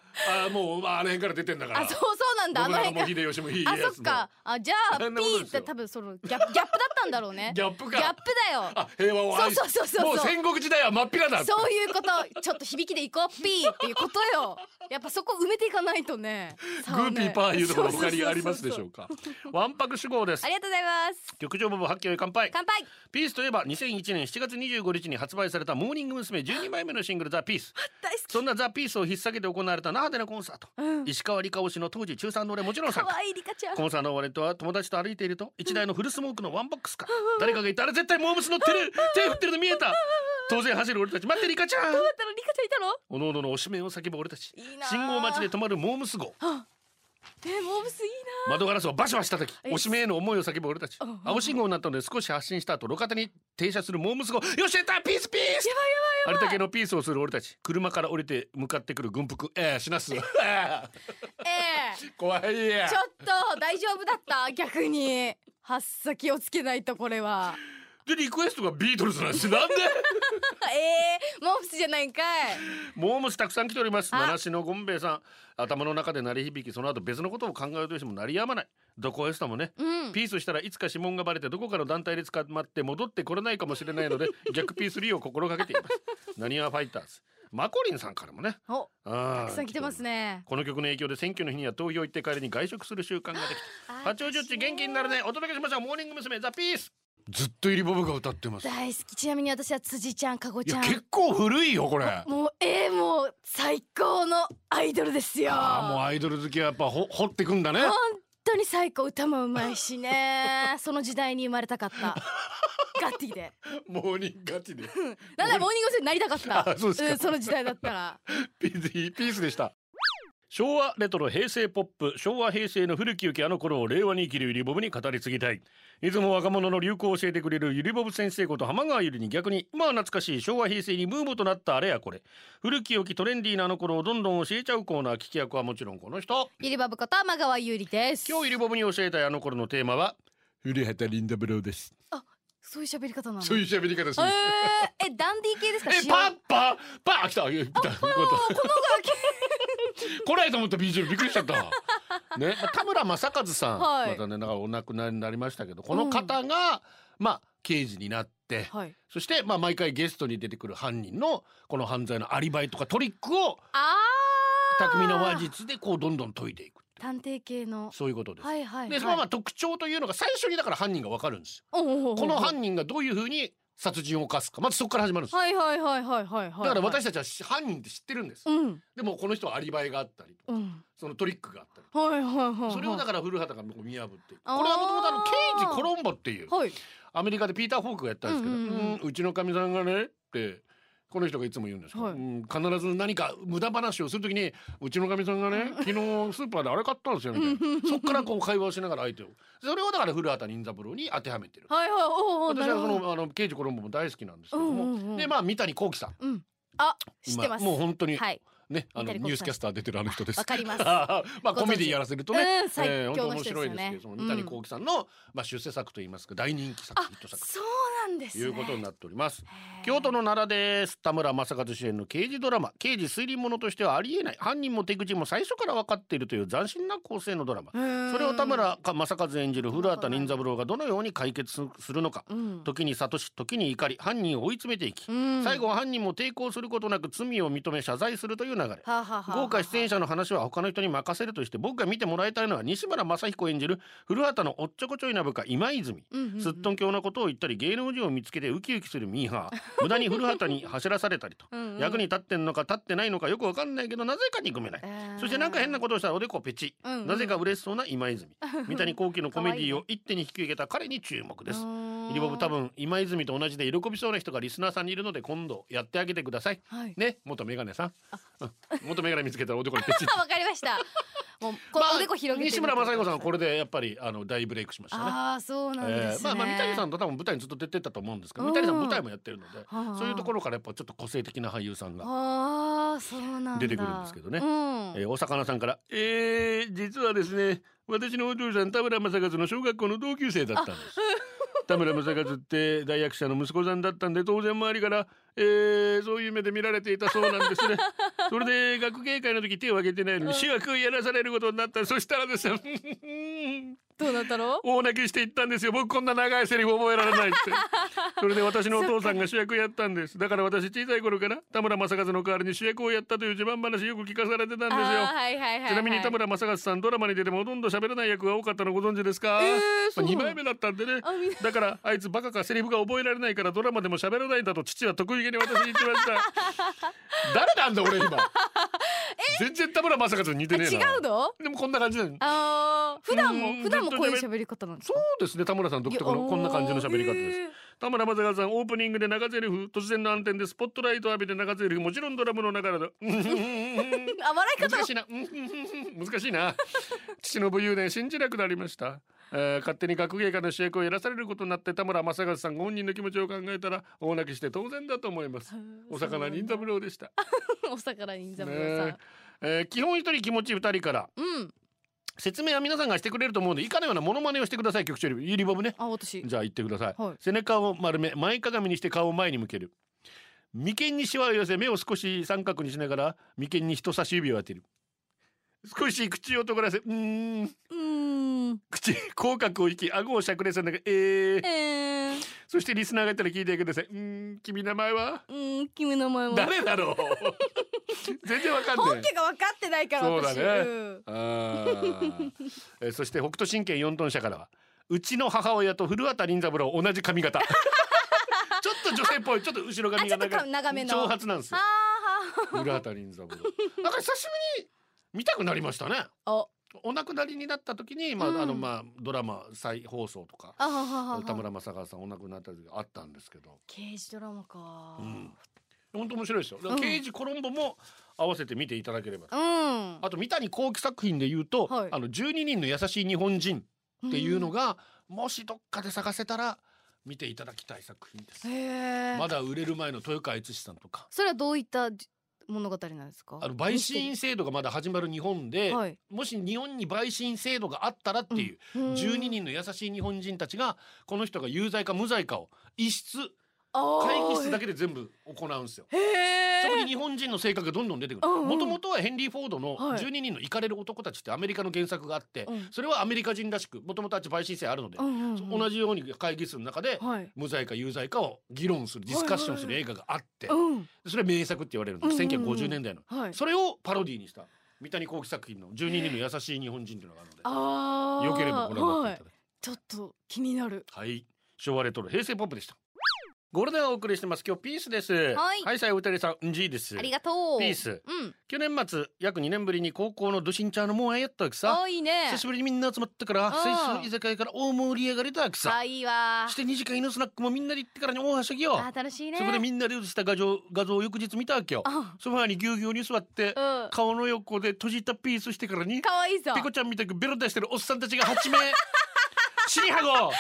Speaker 1: あもうまああの辺から出てんだから
Speaker 2: あそうそうなんだあ
Speaker 1: 信
Speaker 2: の
Speaker 1: 長
Speaker 2: 辺
Speaker 1: も
Speaker 2: か
Speaker 1: 秀吉もいい
Speaker 2: あ
Speaker 1: や
Speaker 2: そっ
Speaker 1: つも
Speaker 2: かあじゃあピ
Speaker 1: 大変なこと
Speaker 2: ー
Speaker 1: で
Speaker 2: っ
Speaker 1: すよ
Speaker 2: て多分そのギャギャップだったんだろうね
Speaker 1: ギャップ
Speaker 2: ギャッ
Speaker 1: か
Speaker 2: プだよ
Speaker 1: あ平和を愛し
Speaker 2: そうそうそうそう
Speaker 1: もう戦国時代は真っ平だ
Speaker 2: そういうことちょっと響きでいこうピーっていうことよやっぱそこ埋めていかないとね
Speaker 1: グーピーパーいうところ他にありますでしょ
Speaker 2: う
Speaker 1: うかわんぱく主語です
Speaker 2: ありがとうございます
Speaker 1: 局長ボブ発狂へ乾杯
Speaker 2: 乾杯
Speaker 1: ピースといえば2001年7月25日に発売されたモーニング娘。12枚目のシングル「ザ・ピース
Speaker 2: 大好き
Speaker 1: そんな「ザ・ピースを引っ提げて行われた那覇でのコンサート、
Speaker 2: うん
Speaker 1: 石川理香推しの当時中3の俺もちろん参
Speaker 2: 可
Speaker 1: 加
Speaker 2: 愛いリカちゃん
Speaker 1: コンサートの俺とは友達と歩いていると一台のフルスモークのワンボックスか誰かがいたら絶対モームス乗ってる手振ってるの見えた当然走る俺たち待ってリカちゃん
Speaker 2: どうだったのリカちゃんいたの
Speaker 1: おのおのの推しメンを叫ぶ俺たち
Speaker 2: いいなあ
Speaker 1: 信号待ちで止まるモームス号
Speaker 2: えモーブスいい
Speaker 1: 窓ガラスをバシバシ叩き
Speaker 2: え
Speaker 1: おしめへの思いを叫ぶ俺たち
Speaker 2: うん
Speaker 1: 青信号になったので少し発進した後路肩に停車するモームス号よしやったピースピースあれだけのピースをする俺たち車から降りて向かってくる軍服ええし なすええ
Speaker 2: なええ
Speaker 1: 怖いや
Speaker 2: ちょっと大丈夫だ った逆に発先をつけないとこれは
Speaker 1: でリクエストがビートルズなん ですなんで
Speaker 2: え えモーブスじゃないんかい
Speaker 1: モームスたくさん来ております
Speaker 2: あ
Speaker 1: 七種のゴンベイさん頭の中で鳴り響きその後別のことを考えようとしても鳴りやまないどこへしたもね
Speaker 2: うん
Speaker 1: ピースしたらいつか指紋がバレてどこかの団体で捕まって戻ってこれないかもしれない ので逆 P3 を心がけています。なにわファイターズ。マコリンさんからもね。
Speaker 2: お
Speaker 1: た
Speaker 2: たくさん来てます。ね
Speaker 1: この曲の影響で選挙の日には投票行って帰りに外食する習慣ができた。八王子っち元気になるね。お届けしましょう。モーニング娘。ザ・ピース。ずっとイリボブが歌ってま
Speaker 2: 大好きちなみに私は辻ちゃんかご
Speaker 1: い
Speaker 2: ちゃ
Speaker 1: や
Speaker 2: ん
Speaker 1: 結構古いよこれ。あ
Speaker 2: もうええもう最高のアイドルですよ
Speaker 1: あーもうアイドル好きはやっぱほ 掘ってくんだね。
Speaker 2: 本当に最高歌もうまいし ねその時代に生まれたかったガティで
Speaker 1: モーニングガチで。
Speaker 2: なんだモーニング娘。になりたかった
Speaker 1: あ そうですか
Speaker 2: んその時代だったら
Speaker 1: ピースピースでした。昭和レトロ平成ポップ昭和平成の古き良きあの頃を令和に生きるゆりぼぶに語り継ぎたいいつも若者の流行を教えてくれるゆりぼぶ先生こと浜川ゆりに逆に今は懐かしい昭和平成にムーブとなったあれやこれ古き良きトレンディーなあの頃をどんどん教えちゃうコーナー聞き役はもちろんこの人
Speaker 2: ゆりばぶこと天川ゆりです
Speaker 1: 今日ゆりぼぶに教えたいあの頃のテーマは古畑林太郎です
Speaker 2: そういう喋り方なの
Speaker 1: そういう喋り方です
Speaker 2: え
Speaker 1: る
Speaker 2: ー、えダンディー系ですか
Speaker 1: えパッ
Speaker 2: 塩
Speaker 1: パッパー来た来た来 ないと思った BGM びっくりしち ゃったわね、まあ田村正和さん、
Speaker 2: はい
Speaker 1: またねなんかお亡くなりになりましたけどこの方が、まあ刑事になって
Speaker 2: はい
Speaker 1: そしてまあ毎回ゲストに出てくる犯人のこの犯罪のアリバイとかトリックを
Speaker 2: あー
Speaker 1: 巧みな話術でこうどんどん解いていく
Speaker 2: 探偵系の
Speaker 1: そういうことです。
Speaker 2: はいはい、はい、
Speaker 1: でそのまあ特徴というのが最初にだから犯人がわかるんですよ。
Speaker 2: おうおうおう
Speaker 1: この犯人がどういうふうに殺人を犯すかまずそこから始まるんですよ。
Speaker 2: はいはいはいはいはいはい
Speaker 1: だから私たちはし犯人って知ってるんです。
Speaker 2: うん
Speaker 1: でもこの人はアリバイがあったりとか
Speaker 2: うん
Speaker 1: そのトリックがあったり
Speaker 2: はいはいはいはい
Speaker 1: それをだから古畑がこう見破っていくこれ
Speaker 2: あー
Speaker 1: はもともとあの刑事コロンボっていう
Speaker 2: はい
Speaker 1: アメリカでピーター・フォークがやったんですけど、う
Speaker 2: うんん
Speaker 1: う
Speaker 2: うんうん
Speaker 1: ちのかみさんがねってこの人がいつも言うんですけど、
Speaker 2: はい
Speaker 1: うん必ず何か無駄話をするときにうちのかみさんがね昨日スーパーであれ買ったんですよみたいなそっからこう会話をしながら相手をそれをだから古畑任三郎に当てはめてる。
Speaker 2: はいはいおうおうな
Speaker 1: 私
Speaker 2: る
Speaker 1: は
Speaker 2: ほ
Speaker 1: こ
Speaker 2: ど
Speaker 1: のあの刑事コロンボも大好きなんですけども、
Speaker 2: うんうんうん
Speaker 1: でまあ三谷幸喜さん
Speaker 2: あ知ってます
Speaker 1: もう本当に、
Speaker 2: はい
Speaker 1: ねあ
Speaker 4: 三
Speaker 1: の
Speaker 4: 谷幸喜さん
Speaker 1: ニュースキャスター出てるあの人です
Speaker 4: わかります
Speaker 1: あー まあ
Speaker 4: ご存知
Speaker 1: コメディやらせるとね、
Speaker 4: うん最
Speaker 1: えー
Speaker 4: 強の
Speaker 1: 本当面
Speaker 4: 人ですよ
Speaker 1: 白いですけ
Speaker 4: ね
Speaker 1: ど、その三谷幸喜さんの、まあ出世作といいますか大人気作
Speaker 4: あ
Speaker 1: ヒット作
Speaker 4: そうなんです
Speaker 1: と
Speaker 4: ね
Speaker 1: いうことになっております。
Speaker 4: へー
Speaker 1: 京都の奈良です田村正和主演の刑事ドラマ刑事推理ものとしてはありえない犯人も手口も最初から分かっているという斬新な構成のドラマ
Speaker 4: うん
Speaker 1: それを田村か正和演じる古畑任三郎がどのように解決すするのか
Speaker 4: うん
Speaker 1: 時に諭し時に怒り犯人を追い詰めていき
Speaker 4: うん
Speaker 1: 最後は犯人も抵抗することなく罪を認め謝罪するという流れ
Speaker 4: はあはあはあはあ
Speaker 1: 豪華出演者の話は他の人に任せるとして僕が見てもらいたいのは西村雅彦演じる古畑のおっちょこちょいな部下今泉
Speaker 4: うんうんうん
Speaker 1: すっとんきょうなことを言ったり芸能人を見つけてウキウキするミーハ ー無駄に古畑に走らされたりと
Speaker 4: うんうん
Speaker 1: 役に立ってんのか立ってないのかよくわかんないけどなぜか憎めないそしてなんか変なことをしたらおでこペチ
Speaker 4: うんうん
Speaker 1: なぜか嬉しそうな今泉三谷幸喜のコメ ディ
Speaker 4: 可愛い
Speaker 1: を一手に引き受けた彼に注目です
Speaker 4: イ
Speaker 1: イリボブ多、分今泉と同じで喜びそうな人がリスナーさんにいるので今度やってあげてください
Speaker 4: はい、
Speaker 1: ね元メガネさんうん元メガネ見つけたらおでこにペチッ
Speaker 4: あわかりましたもう こ
Speaker 1: まあ
Speaker 4: のおでこ広げて
Speaker 1: 西村雅彦さんはこ
Speaker 4: れ
Speaker 1: れでやっぱりあの大ブレイクしましたね
Speaker 4: ああそうなんですね、
Speaker 1: えーまあまあ三谷さんと多分舞台にずっと出てたと思うんですけど三谷さん
Speaker 4: うん
Speaker 1: 舞台もやってるので
Speaker 4: はあ
Speaker 1: そういうところからやっぱちょっと個性的な俳優さんが、
Speaker 4: ああそうなんだ
Speaker 1: 出てくるんですけどね
Speaker 4: うん
Speaker 1: えーお魚さんから「えー、実はですね私のお嬢さん田村正和の小学校の同級生だったんです」田村正和って大役者の息子さんだったんで当然周りから、えー、そういう目で見られていたそうなんですね それで学芸会の時手を挙げてないのに主役をやらされることになったそしたらですね
Speaker 4: どうなったろ
Speaker 1: 大泣きして言ったんですよ僕こんな長いセリフ覚えられないってそれで私のお父さんが主役やったんですだから私小さい頃から田村正和の代わりに主役をやったという自慢話よく聞かされてたんですよ、
Speaker 4: あーはいはいはい、はい、
Speaker 1: ちなみに田村正和さんドラマに出てもほとんど喋らない役が多かったのご存知ですか、
Speaker 4: えーそうな
Speaker 1: 2
Speaker 4: の
Speaker 1: 枚目だったんでね
Speaker 4: あみんな
Speaker 1: だからあいつバカかセリフが覚えられないからドラマでも喋らないんだと父は得意げに私に言ってました 誰なんだ俺今全然田村正和に似てねえな
Speaker 4: あ違うの
Speaker 1: でもこんな感じだよ
Speaker 4: あー普段も
Speaker 1: うん
Speaker 4: 普段もこういう喋り方なんです
Speaker 1: そ
Speaker 4: か
Speaker 1: うですね田村さん独特
Speaker 4: いや
Speaker 1: のこんな感じの喋り方です、
Speaker 4: えー
Speaker 1: 田村正和さんオープニングで長ゼリフ突然の暗転でスポットライトを浴びて長ゼリフもちろんドラムの中 だと
Speaker 4: あ笑い方
Speaker 1: 難しいなうんうんうん難しいな父の武勇伝信じなくなりました、えー勝手に学芸家の主役をやらされることになって田村正和さんが本人の気持ちを考えたら大泣きして当然だと思いますお魚忍三郎でした、
Speaker 4: お魚忍
Speaker 1: ね
Speaker 4: 三郎さん、
Speaker 1: えー基本一人気持ち二人から
Speaker 4: うん
Speaker 1: 説明は皆さんがしてくれると思うので以下のようなモノマネをしてください局長よりゆりボブね
Speaker 4: あ私
Speaker 1: じゃあ言ってください、
Speaker 4: はい
Speaker 1: 背中を丸め前かがみにして顔を前に向ける眉間にシワを寄せ目を少し三角にしながら眉間に人差し指を当てる少し口を尖らせうーん
Speaker 4: うーん
Speaker 1: 口口角を引き顎をしゃくれさながらえー
Speaker 4: えー、
Speaker 1: そしてリスナーがいたら聞いてくださいうーん君名前は
Speaker 4: うん君の名前は
Speaker 1: 誰 だろう全然わかんな
Speaker 4: 本
Speaker 1: い
Speaker 4: 家が分かってないから
Speaker 1: そう
Speaker 4: 私
Speaker 1: だね
Speaker 4: うん
Speaker 1: あーえーそして北斗神拳四トン社からはうちの母親と古畑任三郎同じ 髪型ちょっと女性っぽいちょっと後ろ髪が
Speaker 4: あちょっと長めの
Speaker 1: 長髪なんですよ
Speaker 4: あ
Speaker 1: 古畑任三郎なんか久しぶりに見たくなりましたね
Speaker 4: ーはー
Speaker 1: お亡くなりになった時にまあ、
Speaker 4: うん
Speaker 1: あのまあドラマ再放送とか
Speaker 4: ああはははは
Speaker 1: 田村正和さんお亡くなった時があったんですけど
Speaker 4: 刑事ドラマか
Speaker 1: う
Speaker 4: うんん、
Speaker 1: 本当面白いですよ、だから
Speaker 4: うん
Speaker 1: 刑事コロンボも合わせて見ていただければあと三谷幸喜作品で言うと、
Speaker 4: はい
Speaker 1: あの12人の優しい日本人っていうのが、もしどっかで探せたら見ていただきたい作品です
Speaker 4: へ。え、
Speaker 1: まだ売れる前の豊川悦司さんとか、
Speaker 4: それはどういったじ物語なんですか
Speaker 1: あの陪審制度がまだ始まる日本で、
Speaker 4: はい
Speaker 1: もし日本に陪審制度があったらっていう、
Speaker 4: うん
Speaker 1: 12人の優しい日本人たちがこの人が有罪か無罪かを一室会議室だ
Speaker 4: け
Speaker 1: けで全部行うんですよ。
Speaker 4: へえ
Speaker 1: そこに日本人の性格がどんどん出てくる
Speaker 4: うんうん
Speaker 1: もともとはヘンリー・フォードの
Speaker 4: はい
Speaker 1: 12人のイカれる男たちってアメリカの原作があって、
Speaker 4: うん
Speaker 1: それはアメリカ人らしくもともとあっち陪審制あるので、
Speaker 4: うんうんうん、
Speaker 1: 同じように会議室の中で
Speaker 4: はい
Speaker 1: 無罪か有罪かを議論するディスカッションする映画があって、
Speaker 4: うん
Speaker 1: それは名作って言われるんで
Speaker 4: う
Speaker 1: す、
Speaker 4: んうんうん
Speaker 1: 1950年代の
Speaker 4: はい
Speaker 1: それをパロディーにした三谷幸喜作品の12人の優しい日本人というのがあるので、
Speaker 4: ああ
Speaker 1: よければご覧になっていただきたい
Speaker 4: ちょっと気になる
Speaker 1: はい昭和レトロ平成ポップでしたゴールデンをお送りしてます今日ピースです
Speaker 2: はい
Speaker 1: はいさいおたりさん G です
Speaker 2: ありがとう
Speaker 1: ピース
Speaker 2: うん
Speaker 1: 去年末約2年ぶりに高校のドシンチャーのもう会えやったわけさ
Speaker 2: あいいね
Speaker 1: 久しぶりにみんな集まったから
Speaker 2: ん
Speaker 1: 先週の居酒屋から大盛り上がりだわけ
Speaker 2: あ
Speaker 1: さ
Speaker 2: いいわ
Speaker 1: して2時間のスナックもみんなで行ってからに大はしゃぎよ
Speaker 2: あ楽しいね
Speaker 1: そこでみんなで写した画像画像を翌日見たわけよ
Speaker 2: あ
Speaker 1: ソファーにぎゅうぎゅうに座って
Speaker 2: うん
Speaker 1: 顔の横で閉じたピースしてからに
Speaker 2: かわいいぞ
Speaker 1: ペコちゃんみたくベロ出してるおっさんたちが8名 死にはご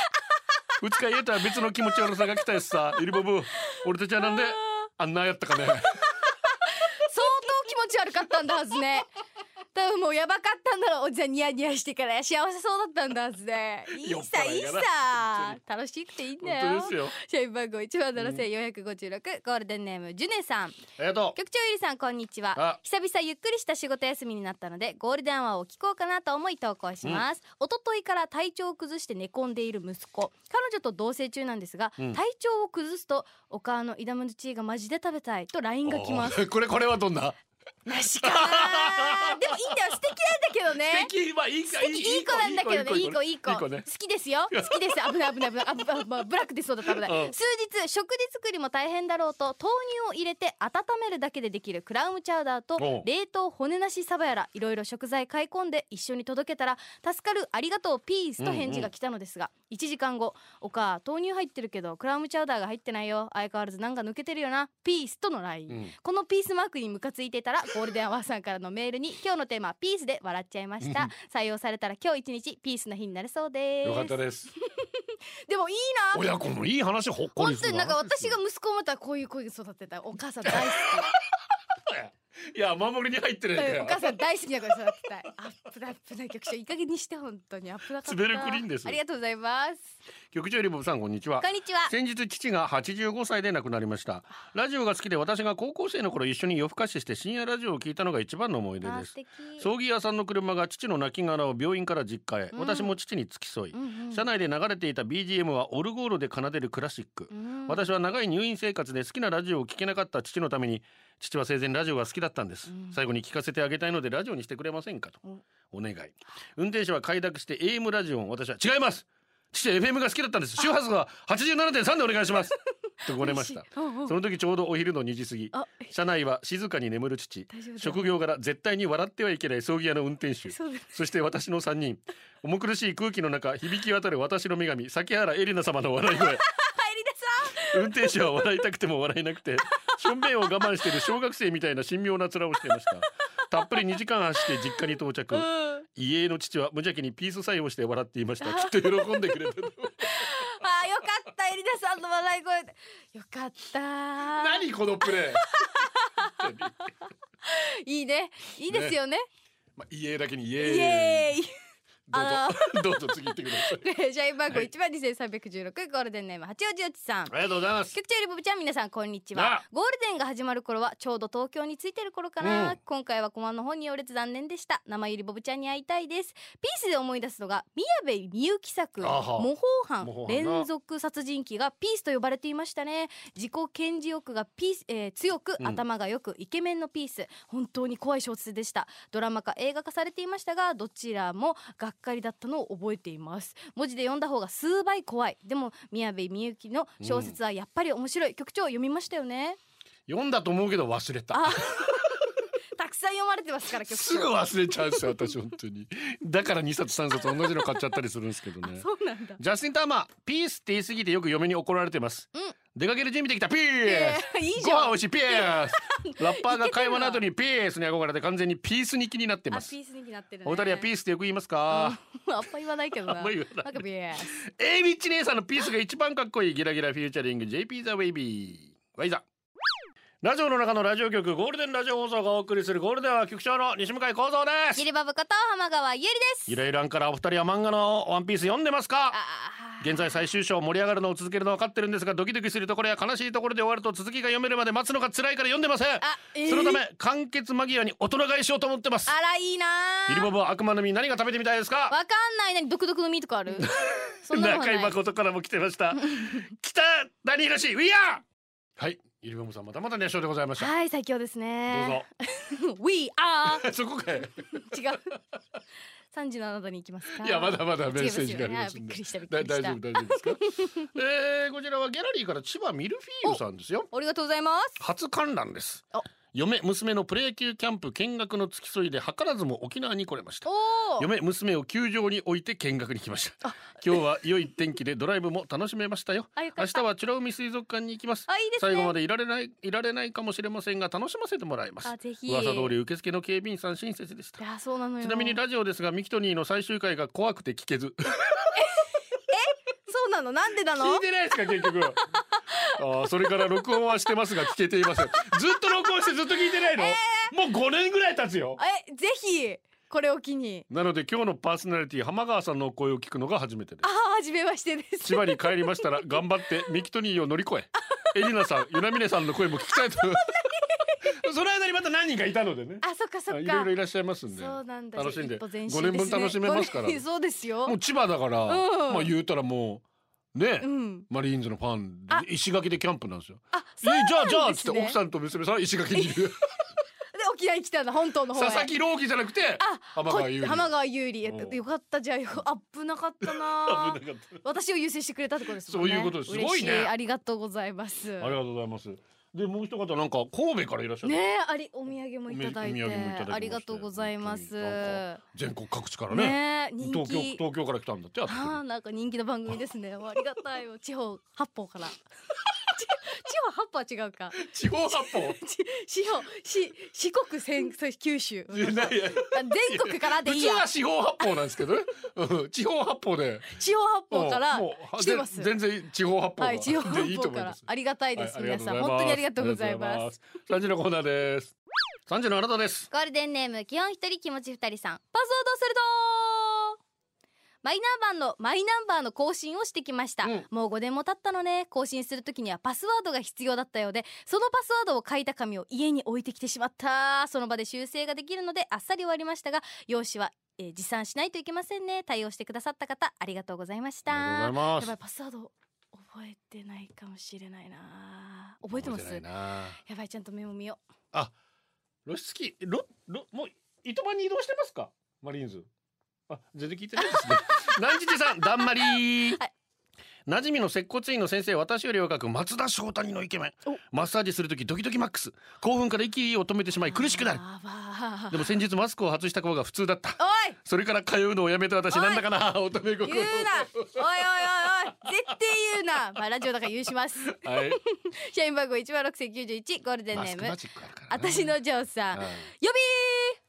Speaker 1: 二日家とは別の気持ち悪さが来たやつさゆりぼぶ俺たちはなんであんなやったかね
Speaker 4: 相当気持ち悪かったんだはずね多分もうやばかったんだろうおじさんニヤニヤしてから幸せそうだったんだはずねいいさいい
Speaker 1: 酔っ払いがな
Speaker 4: さ楽しくていいんだ
Speaker 1: 本
Speaker 4: よ
Speaker 1: 当ですよ
Speaker 4: 社員番号1万7456ゴールデンネームジュネさん
Speaker 1: ありがとう
Speaker 2: 局長ゆりさんこんにちは
Speaker 1: あ
Speaker 2: 久々ゆっくりした仕事休みになったのでゴールデンアワーを聞こうかなと思い投稿します、一昨日から体調を崩して寝込んでいる息子彼女と同棲中なんですが、
Speaker 1: うん
Speaker 2: 体調を崩すとお母の枝豆チーがマジで食べたいと LINE が来ます
Speaker 1: これこれはどんな
Speaker 4: なしかーでもいいんだよ素敵なんだけどね
Speaker 1: 敵はいいか
Speaker 4: いい子なんだけどねいい子いい子
Speaker 1: いい
Speaker 4: 好
Speaker 1: 子ね
Speaker 4: きです よ好きです危ない危ない危ないあぶあぶあぶブラックでそうだった危ない
Speaker 1: うん
Speaker 2: 数日食事作りも大変だろうと豆乳を入れて温めるだけでできるクラウムチャウダー
Speaker 1: お
Speaker 2: と
Speaker 1: う
Speaker 2: 冷凍骨なしサバやらいろいろ食材買い込んで一緒に届けたら「助かるありがとうピース」と返事が来たのですが、1時間後「おか豆乳入ってるけどクラウムチャウダーが入ってないよ相変わらずなんか抜けてるよなピース」との LINE、
Speaker 1: うん
Speaker 2: このピースマークにムカついていた らゴールデンアワーさんからのメールに「今日のテーマはピース」で笑っちゃいました採用されたら今日一日ピースの日になるそうです
Speaker 1: よかったです
Speaker 4: でもいいな
Speaker 1: 親子もいい話ほっこ
Speaker 4: 本
Speaker 1: りす
Speaker 4: 当
Speaker 1: る
Speaker 4: になんか私が息子を持ったらこういう子に育てたお母さん大好
Speaker 1: いや守りに入ってる
Speaker 4: き
Speaker 1: やん
Speaker 4: うんお母さん大好きな子に育てたいアップだアップない局長いい加減にして本当にアップだかった
Speaker 1: 滑るクリーンです
Speaker 4: ありがとうございます
Speaker 1: 局長リボブさんこんにちは
Speaker 2: こんにちは
Speaker 1: 先日父が85歳で亡くなりましたラジオが好きで私が高校生の頃一緒に夜更かしして深夜ラジオを聞いたのが一番の思い出
Speaker 2: あー
Speaker 1: で
Speaker 2: 素
Speaker 1: す
Speaker 2: 敵
Speaker 1: 葬儀屋さんの車が父の亡きを病院から実家へ、
Speaker 2: うん
Speaker 1: 私も父に付き添い、
Speaker 2: うんうん
Speaker 1: 車内で流れていた BGM はオルゴールで奏でるクラシック、
Speaker 2: うん
Speaker 1: 私は長い入院生活で好きなラジオを聴けなかった父のために父は生前ラジオが好きだったんです、
Speaker 2: うん
Speaker 1: 最後に聞かせてあげたいのでラジオにしてくれませんかとお願い運転手は快諾して AM ラジオを私は違います父は FM が好きだったんです周波数は87.3でお願い しますとごねました
Speaker 4: うんうん
Speaker 1: その時ちょうどお昼の2時過ぎ
Speaker 4: あ
Speaker 1: 車内は静かに眠る父
Speaker 4: 大丈夫だ
Speaker 1: 職業柄絶対に笑ってはいけない葬儀屋の運転手
Speaker 4: そうです
Speaker 1: そして私の3人重苦しい空気の中響き渡る私の女神崎原エリナ様の笑い声運転手は笑いたくても笑えなくてしょんべんを我慢している小学生みたいな神妙な面をしていましたたっぷり2時間走って実家に到着
Speaker 4: うん
Speaker 1: 家の父は無邪気にピースサインをして笑っていましたきっと喜んでくれた
Speaker 4: あーよかったエリナさんの笑い声でよかった
Speaker 1: 何このプレー
Speaker 4: いいねいいですよね
Speaker 1: まあ、家だけにイ
Speaker 4: イ
Speaker 1: エーイ
Speaker 4: エーイ
Speaker 1: どうぞ
Speaker 4: あ
Speaker 1: どうぞ次行ってください
Speaker 4: で社員番号一万二千三百十六ゴールデンネーム八王子おちさん
Speaker 1: ありがとうございます
Speaker 2: 局長リボブちゃん皆さんこんにちは
Speaker 1: な
Speaker 2: ゴールデンが始まる頃はちょうど東京に着いてる頃かな、
Speaker 1: うん
Speaker 2: 今回はコマの方によれず残念でした生ゆりボブちゃんに会いたいですピースで思い出すのが宮部みゆき作
Speaker 1: あは
Speaker 2: 模倣犯
Speaker 1: 模倣犯な
Speaker 2: 連続殺人鬼がピースと呼ばれていましたね自己顕示欲がピース、えー強く
Speaker 1: うん
Speaker 2: 頭がよくイケメンのピース本当に怖い小説でしたドラマ化映画化されていましたがどちらもがっかりだったのを覚えています文字で読んだ方が数倍怖いでも宮部みゆきの小説はやっぱり面白い、局長読みましたよね
Speaker 1: 読んだと思うけど忘れた
Speaker 2: あたくさん読まれてますから 局長
Speaker 1: すぐ忘れちゃうんですよ私本当にだから2冊3冊同じの買っちゃったりするんですけどね
Speaker 2: そうなんだ
Speaker 1: ジャスティン・ターマーピースって言い過ぎてよく嫁に怒られてます、
Speaker 2: うん
Speaker 1: 出かける準備できたピース、
Speaker 4: いいじ
Speaker 1: ご
Speaker 4: ゃ
Speaker 1: 飯
Speaker 4: ん
Speaker 1: 美味しいピース ラッパーが会話の後にピースに憧れて完全にピースに気になって
Speaker 4: あ
Speaker 1: ます
Speaker 4: ピースになってるね
Speaker 1: お二人はピ
Speaker 4: ー
Speaker 1: ースってよく言いますか、
Speaker 4: スあんま言わないけどな
Speaker 1: あんま言わない
Speaker 4: んかピース
Speaker 1: A ビッチ姉さんのピースが一番かっこいいギラギラフューチャリング JP ザ・ウェイビーワイザラジオの中のラジオ局ゴールデンラジオ放送がお送りするゴールデンは局長の西向井光三です
Speaker 2: ゆりバブこと浜川ゆりです
Speaker 1: ゆらゆらんからお二人は漫画のワンピース読んでますか
Speaker 4: あ
Speaker 1: 現在最終章盛り上がるのを続けるのは分かってるんですがドキドキするところや悲しいところで終わると続きが読めるまで待つのが辛いから読んでません、
Speaker 4: えー
Speaker 1: そのため完結間際に大人買いしようと思ってます
Speaker 4: あらいいな
Speaker 1: ゆりぼぼは悪魔の実何が食べてみたいですか
Speaker 2: わかんないなに独特の実とかある そんなのは
Speaker 1: 中
Speaker 2: な
Speaker 1: 井
Speaker 2: い
Speaker 1: 誠からも来てました北谷宏 We are はいゆりぼぼさんまたまた熱唱でございました、
Speaker 4: はい最強です
Speaker 1: ど
Speaker 4: ね
Speaker 1: うぞ
Speaker 4: We are
Speaker 1: そこかい
Speaker 4: 違う三時のあなたに行きますか
Speaker 1: いやまだまだメッセージがあります
Speaker 4: 違いますよねあびっ
Speaker 1: んで
Speaker 4: くりしたびっく
Speaker 1: だ
Speaker 4: りした
Speaker 1: 大丈夫大丈 夫ですかえー、こちらはギャラリーから千葉ミルフィーユさんですよ
Speaker 2: ありがとうございます
Speaker 1: 初観覧です
Speaker 4: お
Speaker 1: 嫁娘のプロ野球キャンプ見学の付き添いで図らずも沖縄に来れました
Speaker 4: おー
Speaker 1: 嫁娘を球場に置いて見学に来ました今日は良い天気でドライブも楽しめましたよ
Speaker 4: あよか
Speaker 1: 明
Speaker 4: っ
Speaker 1: 日
Speaker 4: た
Speaker 1: は美ら海水族館に行きます
Speaker 4: あいいですね
Speaker 1: 最後までいられないいられないかもしれませんが楽しませてもらいます
Speaker 4: あぜひ
Speaker 1: 噂通り受付の警備員さん親切でした
Speaker 4: いやそうなのよ
Speaker 1: ちなみにラジオですがミキトニーの最終回が怖くて聞けず
Speaker 4: そうなのなんでなの
Speaker 1: 聞いてないですか結 局あーそれから録音はしてますが聞けていませんずっと録音してずっと聞いてないの、もう5年ぐらい経つよ
Speaker 4: えぜひこれを機に
Speaker 1: なので今日のパーソナリティ浜川さんの声を聞くのが初めてで
Speaker 4: あ
Speaker 1: す
Speaker 4: あ初めましてです
Speaker 1: 千葉に帰りまし たら頑張ってミキトニーを乗り越えエリナさんユナミネさんの声も聞きたいと その間にまた何人かいたのでね
Speaker 4: あそっかそっか
Speaker 1: いろいろいらっしゃいますんで
Speaker 4: そうなんだ
Speaker 1: 楽しんで
Speaker 4: 一歩前進
Speaker 1: 五年分
Speaker 4: ですね
Speaker 1: 楽しめますから
Speaker 4: 五年そうですよ
Speaker 1: もう千葉だから、
Speaker 4: うん
Speaker 1: まあ言うたらもうね、
Speaker 4: うん
Speaker 1: マリーンズのファンで
Speaker 4: あ
Speaker 1: 石垣でキャンプなんですよ。
Speaker 4: あ
Speaker 1: えじ
Speaker 4: そう
Speaker 1: ゃあじゃあ
Speaker 4: で
Speaker 1: っつ
Speaker 4: す
Speaker 1: っ
Speaker 4: ね
Speaker 1: て奥さんと 娘さんは石垣にいる
Speaker 4: で沖縄に来たんだ本島の方へ
Speaker 1: 佐々木朗希じゃなくて
Speaker 4: あ
Speaker 1: 浜川優里
Speaker 4: こ 浜川優里
Speaker 1: うん
Speaker 4: よかったじゃあよ危なかったな
Speaker 1: 危なかった
Speaker 4: 私を優先してくれたってことですもんね
Speaker 1: そういうことですすごいね
Speaker 4: 嬉しありがとうございます
Speaker 1: ありがとうございます。でもう一方なんか神戸からいらっしゃる、
Speaker 4: ねえありお土産もいただいて
Speaker 1: お土産もいただきまして
Speaker 4: ありがとうございます
Speaker 1: 本当にな全国各地からね
Speaker 4: ねえ人
Speaker 1: 東京
Speaker 4: 気
Speaker 1: 東京から来たんだってあっ
Speaker 4: ああなんか人気の番組です ねありがたいよ地方八方からち地方八方は違うか
Speaker 1: 地方発 砲
Speaker 4: ち四方し四国千そして九州
Speaker 1: いやいやいや
Speaker 4: あ全国からで
Speaker 1: 普
Speaker 4: いい
Speaker 1: 通
Speaker 4: や
Speaker 1: は四方八方なんですけどね、うん地方八 方で
Speaker 4: 地方八方から
Speaker 1: もう
Speaker 4: 来てます
Speaker 1: ぜ全然地方八方が、
Speaker 4: はい地方
Speaker 1: でい
Speaker 4: 八
Speaker 1: いと
Speaker 4: 方
Speaker 1: 思い
Speaker 4: か
Speaker 1: ま
Speaker 4: ら
Speaker 1: す
Speaker 4: ありがたい
Speaker 1: は
Speaker 4: で
Speaker 1: い
Speaker 4: す皆さん本当にありがとうございます
Speaker 1: す三時のコーナーです三時のあなたです
Speaker 2: ゴールデンネーム基本一人気持ち二人さんパスワードするとマイナンバーのマイナンバーの更新をしてきました、
Speaker 1: うん
Speaker 2: もう5年も経ったのね更新するときにはパスワードが必要だったようでそのパスワードを書いた紙を家に置いてきてしまったその場で修正ができるのであっさり終わりましたが用紙は、えー持参しないといけませんね対応してくださった方ありがとうございました
Speaker 1: ありがとうござ
Speaker 2: やば
Speaker 1: い
Speaker 2: い
Speaker 1: ま
Speaker 2: パスワード覚えてないかもしれないな覚えてますす
Speaker 1: 覚えないな
Speaker 2: やばいちゃんとメモ見よう
Speaker 1: 露出機ロロもう糸満に移動してますかマリーンズあ全然聞いてない ですね南地さんだんまりー、
Speaker 2: はい
Speaker 1: 馴染みの接骨院の先生私より若く松田翔太にのイケメン
Speaker 4: お
Speaker 1: マッサージする時ドキドキマックス興奮から息を止めてしまい苦しくなる
Speaker 4: やばい
Speaker 1: でも先日マスクを外した子が普通だった
Speaker 4: おい
Speaker 1: それから通うのをやめて私
Speaker 4: おい
Speaker 1: なんだかな乙女
Speaker 4: 言
Speaker 1: 心
Speaker 4: うなおいおいおいおい絶対言うなまあラジオだから言うします
Speaker 1: はい
Speaker 2: 社員番号一万六千九十一ゴールデン
Speaker 1: マ
Speaker 2: ネ
Speaker 1: ス
Speaker 2: ー
Speaker 1: ク
Speaker 2: ム
Speaker 1: マジックあるからな
Speaker 2: 私のジョーさん
Speaker 1: は
Speaker 2: 呼
Speaker 1: い
Speaker 2: びー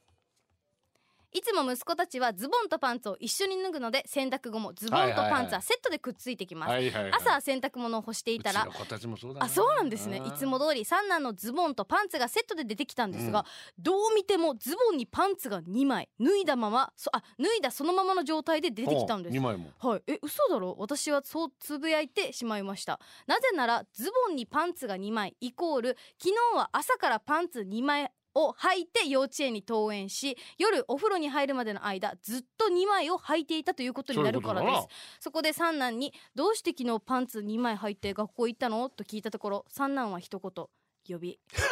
Speaker 2: いつも息子たちはズボンとパンツを一緒に脱ぐので洗濯後もズボンとパンツはセットでくっついてきます、
Speaker 1: はいはいはい
Speaker 2: 朝洗濯物を干していたら
Speaker 1: うちの子たちもそうだ
Speaker 2: あそうなんですね
Speaker 1: あー
Speaker 2: いつも通り三男のズボンとパンツがセットで出てきたんですが、どう見てもズボンにパンツが2枚脱いだままそあ脱いだそのままの状態で出てきたんです
Speaker 1: 二枚も
Speaker 2: はい、え嘘だろ私はそうつぶやいてしまいましたなぜならズボンにパンツが2枚イコール昨日は朝からパンツ2枚を履いて幼稚園に登園し夜お風呂に入るまでの間ずっと2枚を履いていたということになるからです
Speaker 1: そういう
Speaker 2: そ
Speaker 1: こ
Speaker 2: こで三男に「どうして昨日パンツ2枚履いて学校行ったの?」と聞いたところ三男は一言「呼び」 かっ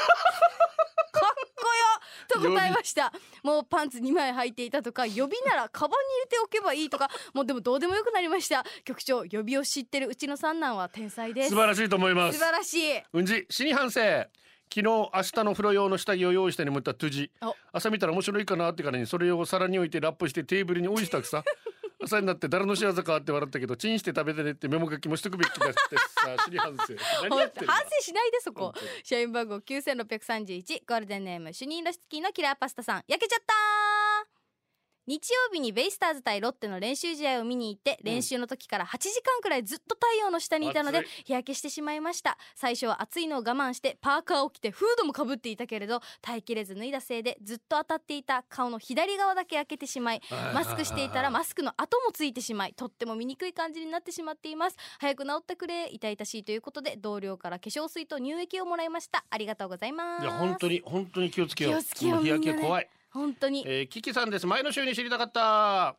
Speaker 2: こよと答えましたもうパンツ2枚履いていたとか予備ならカバンに入れておけばいいとかもうでもどうでもよくなりました局長予備を知ってるうちの三男は天才です
Speaker 1: 素晴らしいと思います
Speaker 2: 素晴らしい
Speaker 1: うんじ死に反省昨日明日の風呂用の下着を用意して眠ったトゥジ
Speaker 2: お
Speaker 1: 朝見たら面白いかなってからにそれを皿に置いてラップしてテーブルに置いしたくさ 朝になって誰の仕業かって笑ったけどチンして食べてねってメモ書きもしとくべきだってさ 死に反省何や
Speaker 2: 反
Speaker 1: って
Speaker 2: 省
Speaker 1: んの
Speaker 2: しないでそこ
Speaker 1: 本当に
Speaker 2: 社員番号9631ゴールデンネーム主任ロシツキーのキラーパスタさん焼けちゃったー日曜日にベイスターズ対ロッテの練習試合を見に行って練習の時から8時間くらいずっと太陽の下にいたので
Speaker 1: 暑い
Speaker 2: 日焼けしてしまいました最初は暑いのを我慢してパーカーを着てフードもかぶっていたけれど耐えきれず脱いだせいでずっと当たっていた顔の左側だけ焼けてしまいマスクしていたらマスクの跡もついてしまいとっても見にくい感じになってしまっています早く治ってくれ痛々しいということで同僚から化粧水と乳液をもらいましたありがとうございます
Speaker 1: いや本当に本当に気をつけよう
Speaker 2: 気をつけよう
Speaker 1: もう日焼け
Speaker 2: みんなね
Speaker 1: 怖い、
Speaker 2: 本当に
Speaker 1: えー、キキさんです前の週に知りたかった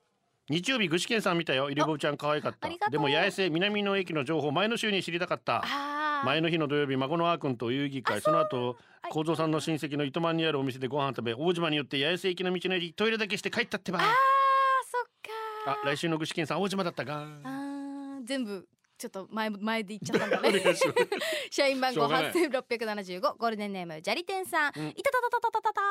Speaker 1: 日曜日具志堅さん見たよイレボブちゃん可愛かっ
Speaker 2: ああり
Speaker 1: た
Speaker 2: がとう
Speaker 1: でも八重瀬南の駅の情報前の週に知りたかった
Speaker 2: あー
Speaker 1: 前の日の土曜日孫のあーくんと遊戯会その後
Speaker 2: はい
Speaker 1: 幸三さんの親戚の糸満にあるお店でご飯食べ大島に寄って八重瀬駅の道の駅トイレだけして帰ったってばあ
Speaker 2: あそっかー
Speaker 1: 来週の具志堅さん大島だったか
Speaker 2: あー全部ちょっと前前で言っちゃったんだ
Speaker 1: お願い
Speaker 2: ね
Speaker 1: します
Speaker 2: 社員番
Speaker 1: しょ
Speaker 2: 号
Speaker 1: うがない
Speaker 2: 八千六百七十五ゴールデンネームジャリテンさん。
Speaker 1: うん
Speaker 2: いたたたたたたたー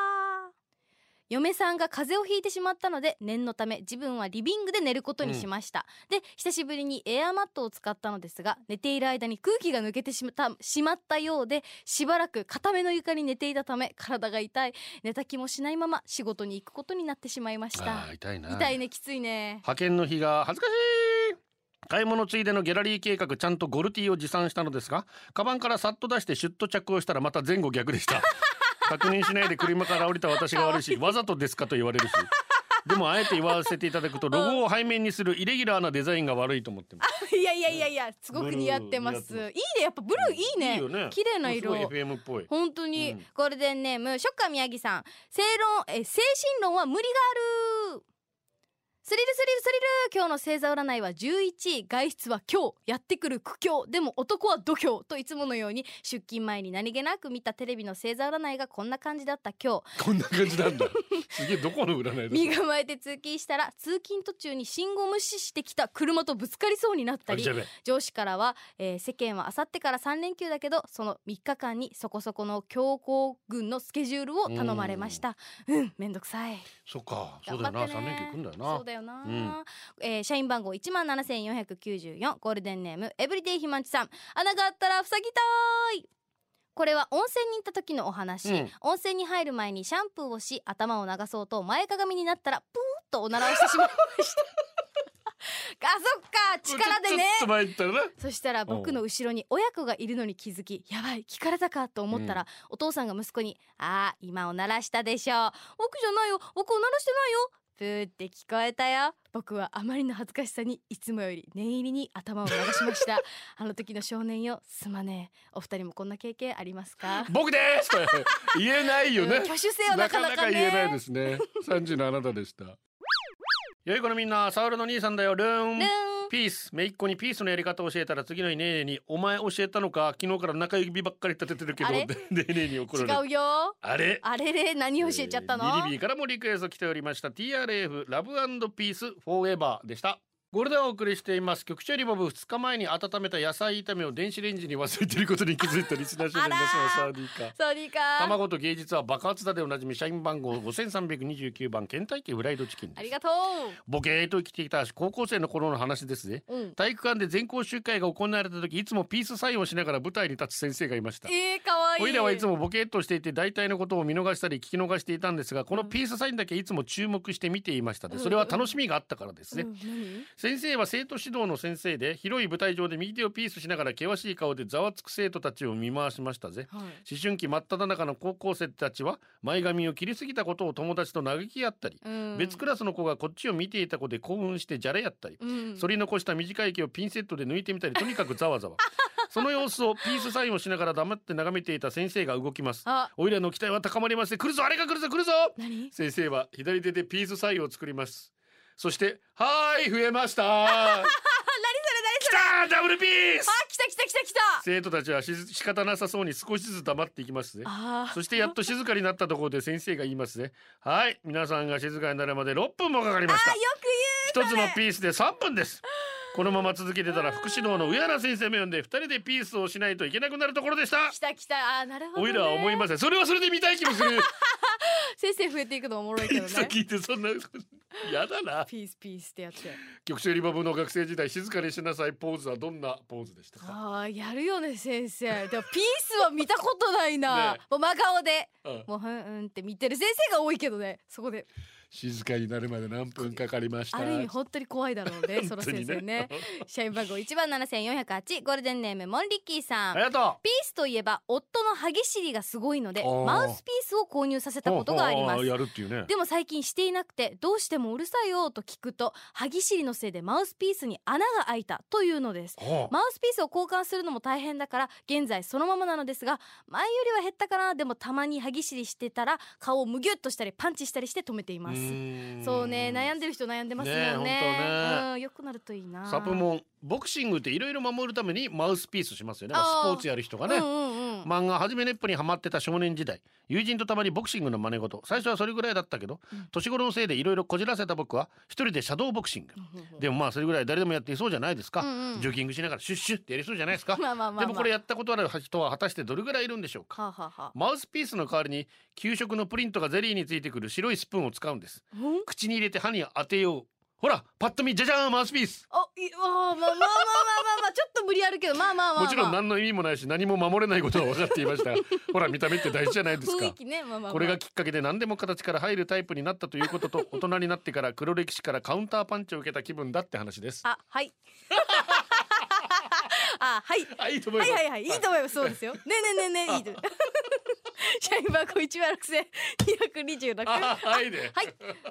Speaker 2: 嫁さんが風邪をひいてしまったので念のため自分はリビングで寝ることにしました、で久しぶりにエアマットを使ったのですが寝ている間に空気が抜けてしまったしまったようでしばらく固めの床に寝ていたため体が痛い寝た気もしないまま仕事に行くことになってしまいました
Speaker 1: あー痛いな
Speaker 2: 痛いねきついね
Speaker 1: 派遣の日が恥ずかしい買い物ついでのギャラリー計画ちゃんと ゴルティを持参したのですがカバンからさっと出してシュッと着用したらまた前後逆でした確認しないで車から降りた私が悪いしわざとですかと言われるしでもあえて言わせていただくとロゴを背面にするイレギュラーなデザインが悪いと思ってます
Speaker 2: いやいやいやいやすごく似合ってま
Speaker 1: ブ
Speaker 2: すいい
Speaker 1: ルー似合
Speaker 2: ねやっぱブルーいい
Speaker 1: いい
Speaker 2: ね
Speaker 1: よね
Speaker 2: 綺麗な色
Speaker 1: すごい FM っぽい
Speaker 2: 本当に、
Speaker 1: うん
Speaker 2: ゴールデンネームショッカー宮城さん正論え精神論は無理があるスリルスリルスリル今日の星座占いは11位外出は今日やってくる苦境でも男は度胸といつものように出勤前に何気なく見たテレビの星座占いがこんな感じだった今日
Speaker 1: こんな感じなんだすげえどこの占い
Speaker 2: 身
Speaker 1: だ
Speaker 2: 構えて通勤したら通勤途中に信号無視してきた車とぶつかりそうになった
Speaker 1: あれ
Speaker 2: り
Speaker 1: じゃべ
Speaker 2: 上司からは、えー世間は明後日から3連休だけどその3日間にそこそこの強行軍のスケジュールを頼まれましたうんめんどくさい
Speaker 1: そっかそう
Speaker 2: 頑
Speaker 1: だ
Speaker 2: 張
Speaker 1: よな
Speaker 2: ってね
Speaker 1: 三連休来んだよ
Speaker 2: そう
Speaker 1: な
Speaker 2: だよな、
Speaker 1: うん
Speaker 2: えー社員番号17,494ゴールデンネームエブリデイひまんちさん穴があったら塞ぎたーいこれは温泉に行った時のお話、
Speaker 1: うん
Speaker 2: 温泉に入る前にシャンプーをし頭を流そうと前かがみになったらプーッとおならをしてしまい ましたあそっか力でね
Speaker 1: ちょっと前行ったらな
Speaker 2: そしたら僕の後ろに親子がいるのに気づきやばい聞かれたかと思ったら、
Speaker 1: う
Speaker 2: お父さんが息子に「ああ今おならしたでしょう僕じゃないよ僕おならしてないよ」プーって聞こえたよ僕はあまりの恥ずかしさにいつもより念入りに頭を流しました あの時の少年よすまねえお二人もこんな経験ありますか
Speaker 1: 僕ですと言えないよ
Speaker 2: う
Speaker 1: ね
Speaker 2: ん挙手制はなかなかね
Speaker 1: 言えないですね三時のあなたでしたよい子のみんなサウルの兄さんだよルーン
Speaker 2: ルーン
Speaker 1: ピースめいっ子にピースのやり方を教えたら次の日ねーねーにお前教えたのか昨日から中指ばっかり立ててるけど
Speaker 2: あ
Speaker 1: ね
Speaker 2: れ
Speaker 1: ーねーに怒られる
Speaker 2: 違うよ
Speaker 1: あれ
Speaker 2: あれれ何を教えちゃったの、
Speaker 1: えーリリビーからもリクエスト来ておりました TRF ラブピースフォーエバーでしたゴールデンをお送りしています局長リボブ2日前に温めた野菜炒めを電子レンジに忘れていることに気づいたリスナー少年
Speaker 2: あ
Speaker 1: で
Speaker 2: ら
Speaker 1: す
Speaker 2: ー
Speaker 1: サーディーか
Speaker 2: ソニーか
Speaker 1: 卵と芸術は爆発だでおなじみ社員番号5329番ケンタッキーフライドチキンです
Speaker 2: ありがと
Speaker 1: ボケーと生きていた高校生の頃の話ですね
Speaker 2: う、うん、
Speaker 1: 体育館で全校集会が行われた時いつもピースサインをしながら舞台に立つ先生がいました
Speaker 2: えー、かわいい
Speaker 1: おいらはいつもボケっとしていて大体のことを見逃したり聞き逃していたんですがこのピースサインだけいつも注目して見ていましたでそれは楽しみがあったからですね、先生は生徒指導の先生で広い舞台上で右手をピースしながら険しい顔でざわつく生徒たちを見回しましたぜ
Speaker 2: はい
Speaker 1: 思春期真っ只中の高校生たちは前髪を切りすぎたことを友達と嘆き合ったり、
Speaker 2: うん
Speaker 1: 別クラスの子がこっちを見ていた子で興奮してじゃれやったり、
Speaker 2: うん
Speaker 1: 剃り残した短い毛をピンセットで抜いてみたりとにかくざわざわその様子をピースサインをしながら黙って眺めていた先生が動きます
Speaker 2: あ
Speaker 1: おいらの期待は高まりまして来る ぞあれが来るぞ来るぞ
Speaker 2: 何
Speaker 1: 先生は左手でピースサインを作りますそしてはーい増えました何それ何それ来たダブルピース
Speaker 2: あ来た来た来た来た
Speaker 1: 生徒たちはし仕方なさそうに少しずつ黙っていきますね
Speaker 2: あ
Speaker 1: そしてやっと静かになったところで先生が言いますねはい皆さんが静かになるまで6分もかかりました一つのピースで3分 ですこのまま続けてたら副指導の上原先生も呼んで2人でピースをしないといけなくなるところでした
Speaker 2: 来た来たあーなるほど、ね、
Speaker 1: おいらは思いませんそれはそれで見たい気もす る
Speaker 2: 先生増えていくのおもろ いけどね
Speaker 1: さっき言ってそんなやだな
Speaker 2: ピースピースってやって
Speaker 1: 局長リバブの学生時代静かにしなさいポーズはどんなポーズでしたか
Speaker 2: あーやるよね先生でもピースは見たことないな、
Speaker 1: ねえ
Speaker 2: もう真顔で
Speaker 1: うん
Speaker 2: もうふんうんって見てる先生が多いけどねそこで
Speaker 1: 静かになるまで何分かかりました
Speaker 2: ある意味本当に怖いだろう ねその
Speaker 1: 本当
Speaker 2: 先
Speaker 1: にね
Speaker 2: 生ね社員番号1番7408ゴールデンネームモンリッキーさ
Speaker 1: あ
Speaker 2: ん
Speaker 1: りがとう
Speaker 2: ピースといえば夫の歯ぎしりがすごいので
Speaker 1: あー
Speaker 2: マウスピースを購入させたことがありま
Speaker 1: ほうほうほう
Speaker 2: す
Speaker 1: やるっていうね
Speaker 2: でも最近していなくてどうしてもうるさいよと聞くと歯ぎしりのせいでマウスピースに穴が開いたというのです
Speaker 1: ほう
Speaker 2: マウスピースを交換するのも大変だから現在そのままなのですが前よりは減ったかなでもたまに歯ぎしりしてたら顔をむぎゅっとしたりパンチしたりして止めていますそうね悩んでる人悩んでますよね
Speaker 1: ねえ本当ね
Speaker 2: うん、よくなるといいな
Speaker 1: サプモンボクシングっていろいろ守るためにマウスピースしますよね、まあ
Speaker 2: あー
Speaker 1: スポーツやる人がね、
Speaker 2: うんうんうん
Speaker 1: 漫画はじめネップにハマってた少年時代友人とたまにボクシングの真似事最初はそれぐらいだったけど、年頃のせいでいろいろこじらせた僕は一人でシャドーボクシング、でもまあそれぐらい誰でもやっていそうじゃないですか、
Speaker 2: うんうん
Speaker 1: ジョギングしながらシュッシュッってやりそうじゃないですか
Speaker 2: まあまあまあまあ
Speaker 1: でもこれやったことある人は果たしてどれぐらいいるんでしょうか
Speaker 2: はあ、はあはあ
Speaker 1: マウスピースの代わりに給食のプリントがゼリーについてくる白いスプーンを使うんです
Speaker 2: うん
Speaker 1: 口に入れて歯に当てようほらパッと見じゃじゃーんマウスピース
Speaker 2: あ、い あーまあまあまあまあまあまあちょっと無理あるけどまあまあまあ、まあ、
Speaker 1: もちろん何の意味もないし何も守れないことは分かっていましたがほら見た目って大事じゃないです
Speaker 2: 雰囲
Speaker 1: か
Speaker 2: 気ねまあまあ、まあ、
Speaker 1: これがきっかけで何でも形から入るタイプになったという ことと大人になってから黒歴史からカウンターパンチを受けた気分だって話です
Speaker 2: あはい あはい
Speaker 1: あいいと思い
Speaker 2: は
Speaker 1: ま
Speaker 2: い
Speaker 1: す
Speaker 2: はいはいいいと思いますそうですよねえねえねえねえいいと 社社員箱一万六千二百二十六。
Speaker 1: あ
Speaker 2: は
Speaker 1: はいで。
Speaker 2: い。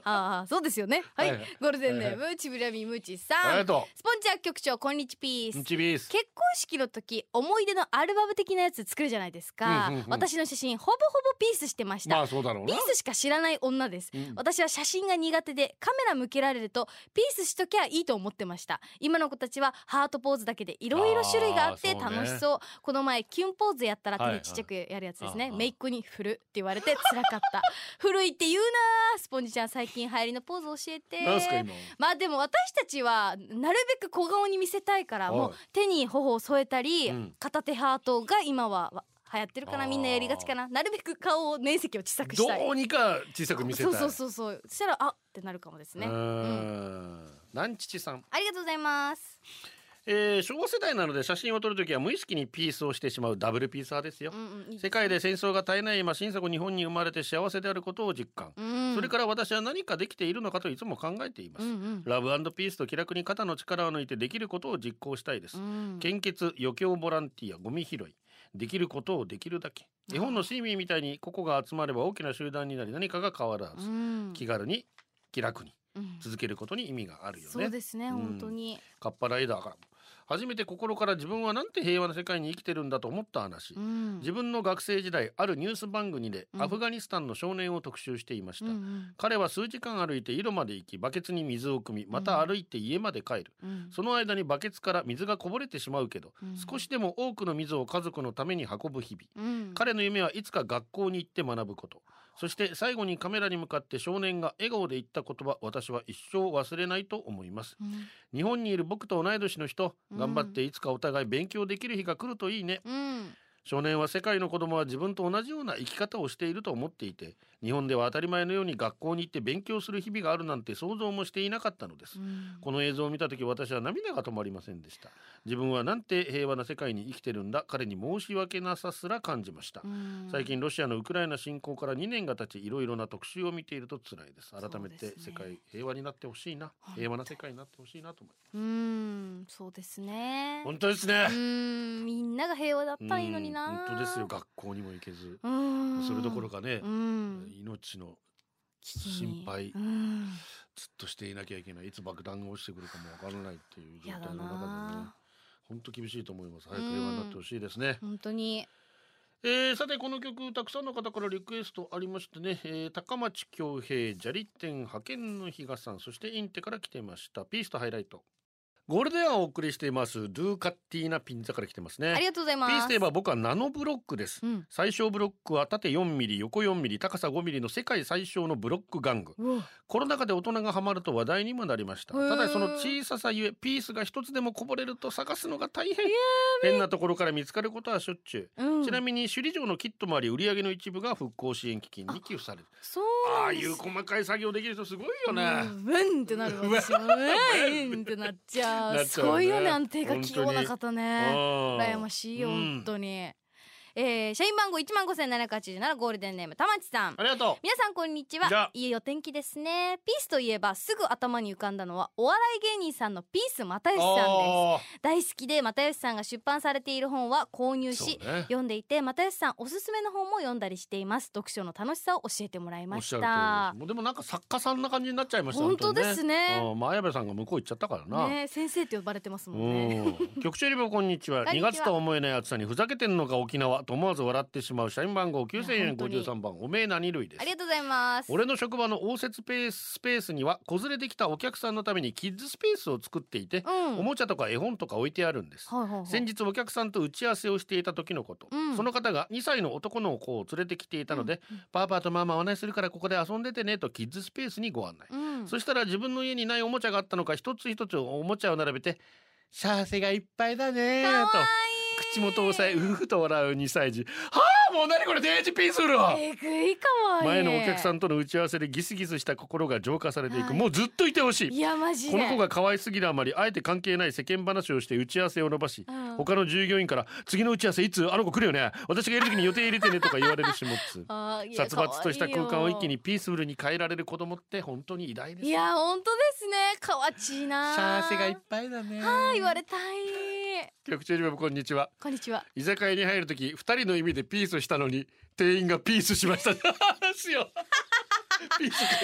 Speaker 2: ああ、そうですよね。はい。
Speaker 1: はい
Speaker 2: ゴールデンネー
Speaker 1: は
Speaker 2: ム、ちぶらみむち
Speaker 1: あり
Speaker 2: さ
Speaker 1: が
Speaker 2: ん。
Speaker 1: と
Speaker 2: スポンジ薬局長、こんにちピー
Speaker 1: う。
Speaker 2: ス。
Speaker 1: んちびーす。
Speaker 2: 結婚式の時思い出のアルバム的なやつ作るじゃないですか、
Speaker 1: うんうんうん
Speaker 2: 私の写真ほぼほぼピースしてました、
Speaker 1: まあそうだろう
Speaker 2: ピー
Speaker 1: な。
Speaker 2: スしか知らない女です
Speaker 1: うん
Speaker 2: 私は写真が苦手でカメラ向けられるとピースしときゃいいと思ってました今の子たちはハートポーズだけでいろいろ種類があって
Speaker 1: あーそうね
Speaker 2: 楽しそうこの前キュンポーズやったら手
Speaker 1: はいは
Speaker 2: で
Speaker 1: い
Speaker 2: ちっちゃくやるやつです
Speaker 1: あ
Speaker 2: ね
Speaker 1: ー
Speaker 2: めいっ子に振るって言われて辛かった 古いって言うなースポンジちゃん最近流行りのポーズ教えて
Speaker 1: なんすか今。
Speaker 2: まあでも私たちはなるべく小顔に見せたいから
Speaker 1: はい
Speaker 2: もう手に頬を添えたり、
Speaker 1: うん
Speaker 2: 片手ハートが今はわ流行ってるか
Speaker 1: あ
Speaker 2: な
Speaker 1: ー
Speaker 2: みんなやりがちかななるべく顔を面積を小さくしたい
Speaker 1: どうにか小さく見せたい。
Speaker 2: そうそうそうそうそしたらあってなるかもですね
Speaker 1: うー
Speaker 2: あ
Speaker 1: ん。なんちちさん。
Speaker 2: りがとうございます
Speaker 1: えー昭和世代なので写真を撮るときは無意識にピースをしてしまうダブルピーサーですよ
Speaker 2: う。んうんいい
Speaker 1: 世界で戦争が絶えない今、新作日本に生まれて幸せであることを実感。
Speaker 2: うん
Speaker 1: それから私は何かできているのかといつも考えています。
Speaker 2: うんうん
Speaker 1: ラブピースと気楽に肩の力を抜いてできることを実行したいです
Speaker 2: う。ん
Speaker 1: 献血、余興ボランティア、ゴミ拾い。できることをできるだけ。絵本のシーミーみたいに個々が集まれば大きな集団になり何かが変わら
Speaker 2: う
Speaker 1: ず。
Speaker 2: ん
Speaker 1: 気軽に、気楽に、
Speaker 2: うん
Speaker 1: 続けることに意味があるよ
Speaker 2: そう
Speaker 1: ね。
Speaker 2: ですね
Speaker 1: うん
Speaker 2: 本当に
Speaker 1: カッパライダーからも。初めて心から自分はなんて平和な世界に生きてるんだと思った話。
Speaker 2: うん
Speaker 1: 自分の学生時代、あるニュース番組で
Speaker 2: うん
Speaker 1: アフガニスタンの少年を特集していました
Speaker 2: うん。うん
Speaker 1: 彼は数時間歩いて井戸まで行きバケツに水を汲みまた歩いて家まで帰る、
Speaker 2: うん
Speaker 1: その間にバケツから水がこぼれてしまうけど、
Speaker 2: うん
Speaker 1: 少しでも多くの水を家族のために運ぶ日々、
Speaker 2: うん
Speaker 1: 彼の夢はいつか学校に行って学ぶことそして最後にカメラに向かって少年が笑顔で言った言葉私は一生忘れないと思います
Speaker 2: うん
Speaker 1: 日本にいる僕と同い年の人
Speaker 2: うん
Speaker 1: 頑張っていつかお互い勉強できる日が来るといいね
Speaker 2: うん
Speaker 1: 少年は世界の子供は自分と同じような生き方をしていると思っていて日本では当たり前のように学校に行って勉強する日々があるなんて想像もしていなかったのです、
Speaker 2: うん
Speaker 1: この映像を見た時私は涙が止まりませんでした自分はなんて平和な世界に生きてるんだ彼に申し訳なさすら感じました、
Speaker 2: うん
Speaker 1: 最近ロシアのウクライナ侵攻から2年が経ちいろいろな特集を見ていると辛いです
Speaker 2: うですね
Speaker 1: 改めて世界平和になってほしいな平和な世界になってほしいなと思います
Speaker 2: うんそうですね
Speaker 1: 本当ですね
Speaker 2: う、ーんみんなが平和だったらいいのにな
Speaker 1: うん本当ですよ学校にも行けず、
Speaker 2: うーん
Speaker 1: それどころかね、
Speaker 2: うん
Speaker 1: 命の
Speaker 2: 危機に
Speaker 1: 心配
Speaker 2: うん
Speaker 1: ずっとしていなきゃいけないいつ爆弾が落ちてくるかもわからないっていう状
Speaker 2: や
Speaker 1: 態
Speaker 2: だ
Speaker 1: の中でね
Speaker 2: な
Speaker 1: 本当厳しいと思います早く平和になってほしいですね、
Speaker 2: 本当に
Speaker 1: えーさてこの曲たくさんの方からリクエストありましてね、えー高町恭平砂利店派遣の比嘉さんそしてインテから来てましたピースとハイライトゴールデンはお送りしていますドゥーカッティーナピンザから来てます
Speaker 2: あり
Speaker 1: ね
Speaker 2: がとうございます
Speaker 1: ピースといえば僕はナノブロックです
Speaker 2: うん
Speaker 1: 最小ブロックは縦4ミリ横4ミリ高さ5ミリの世界最小のブロック玩具コロナ禍で大人がハマると話題にもなりました
Speaker 2: へー
Speaker 1: ただその小ささゆえピースが一つでもこぼれると探すのが大変変なところから見つかることはしょっちゅう、
Speaker 2: うん
Speaker 1: ちなみに首里城のキットもあり売り上げの一部が復興支援基金に寄付される
Speaker 2: そう
Speaker 1: あ
Speaker 2: な
Speaker 1: あ
Speaker 2: んで
Speaker 1: い
Speaker 2: す
Speaker 1: う細かい作業できる人すごいよ
Speaker 2: う
Speaker 1: ね、
Speaker 2: んうんってなる私 もうんってなっちゃ
Speaker 1: な
Speaker 2: う
Speaker 1: っち
Speaker 2: す
Speaker 1: ゃうね
Speaker 2: ごいよねあの手が器用な方ね
Speaker 1: 羨
Speaker 2: 羨ましいよ、本
Speaker 1: に
Speaker 2: 当に。えー、社員番号一万五千七百八十七ゴールデンネームたまちさん。
Speaker 1: ありがと
Speaker 2: 皆さんこんに
Speaker 1: じ
Speaker 2: ち
Speaker 1: ゃあ
Speaker 2: は。いいお天気ですね。ピースといえばすぐ頭に浮かんだのはお笑い芸人さんのピース又
Speaker 1: う
Speaker 2: 吉さんで
Speaker 1: あ
Speaker 2: す。大好きで又吉さんが出版されている本は購入
Speaker 1: ー
Speaker 2: し、
Speaker 1: そうね
Speaker 2: 読んでいて又吉さんおすすめの本も読んだりしています。読書の楽しさを教えてもらい
Speaker 1: お
Speaker 2: ま
Speaker 1: っしゃ
Speaker 2: し
Speaker 1: る通り
Speaker 2: た
Speaker 1: です。もうでもなんか作家さんな感じになっちゃいました
Speaker 2: 本当ですね
Speaker 1: うんまあ綾部さんが向こう行っちゃったからな、
Speaker 2: ねえ先生って呼ばれてますもんね。
Speaker 1: うん局長リボこんにちは
Speaker 2: こん
Speaker 1: 2
Speaker 2: にちは
Speaker 1: 月とは思えない暑さにふざけてんのか沖縄と思わず笑ってしまう社員番号
Speaker 2: いや本当に
Speaker 1: 9453番おめえ何類です
Speaker 2: ありがとうございます。
Speaker 1: 俺の職場の応接ペーススペースには子連れで来たお客さんのためにキッズスペースを作っていて、
Speaker 2: うん。
Speaker 1: おもちゃとか絵本とか置いてあるんです、
Speaker 2: はいはいはい
Speaker 1: 先日お客さんと打ち合わせをしていた時のこと、
Speaker 2: うん
Speaker 1: その方が2歳の男の子を連れてきていたので、パパとママお話しするからここで遊んでてねとキッズスペースにご案内、
Speaker 2: うん。
Speaker 1: そしたら自分の家にないおもちゃがあったのか一つ一つおもちゃを並べて「シャーセがいっぱいだね
Speaker 2: かわい
Speaker 1: ー」と口元を押さえうふと笑う2歳児「はあもう何これデージピースフル!」
Speaker 2: えぐいかわいい。
Speaker 1: 前のお客さんとの打ち合わせでギスギスした心が浄化されていく、もうずっといてほしい
Speaker 2: いやマジで
Speaker 1: この子が可愛すぎるあまりあえて関係ない世間話をして打ち合わせを伸ばし、
Speaker 2: うん
Speaker 1: 他の従業員から「次の打ち合わせいつあの子来るよね私がいる時に予定入れてね」とか言われるしもっつ
Speaker 2: あ ーいや
Speaker 1: 殺伐とした空間を一気
Speaker 2: 可愛い
Speaker 1: にピースフルに変えられる子供って本当に偉大です
Speaker 2: よい
Speaker 1: ね
Speaker 2: や本当ですねかわちいな
Speaker 1: シャーセがいっ
Speaker 2: ぱ
Speaker 1: ぱいだね
Speaker 2: い言われたい
Speaker 1: 局長ジムこんにちは
Speaker 2: こんにちは。
Speaker 1: 居酒屋に入るとき二人の意味でピースしたのに店員がピースしました 話よピース
Speaker 2: さすが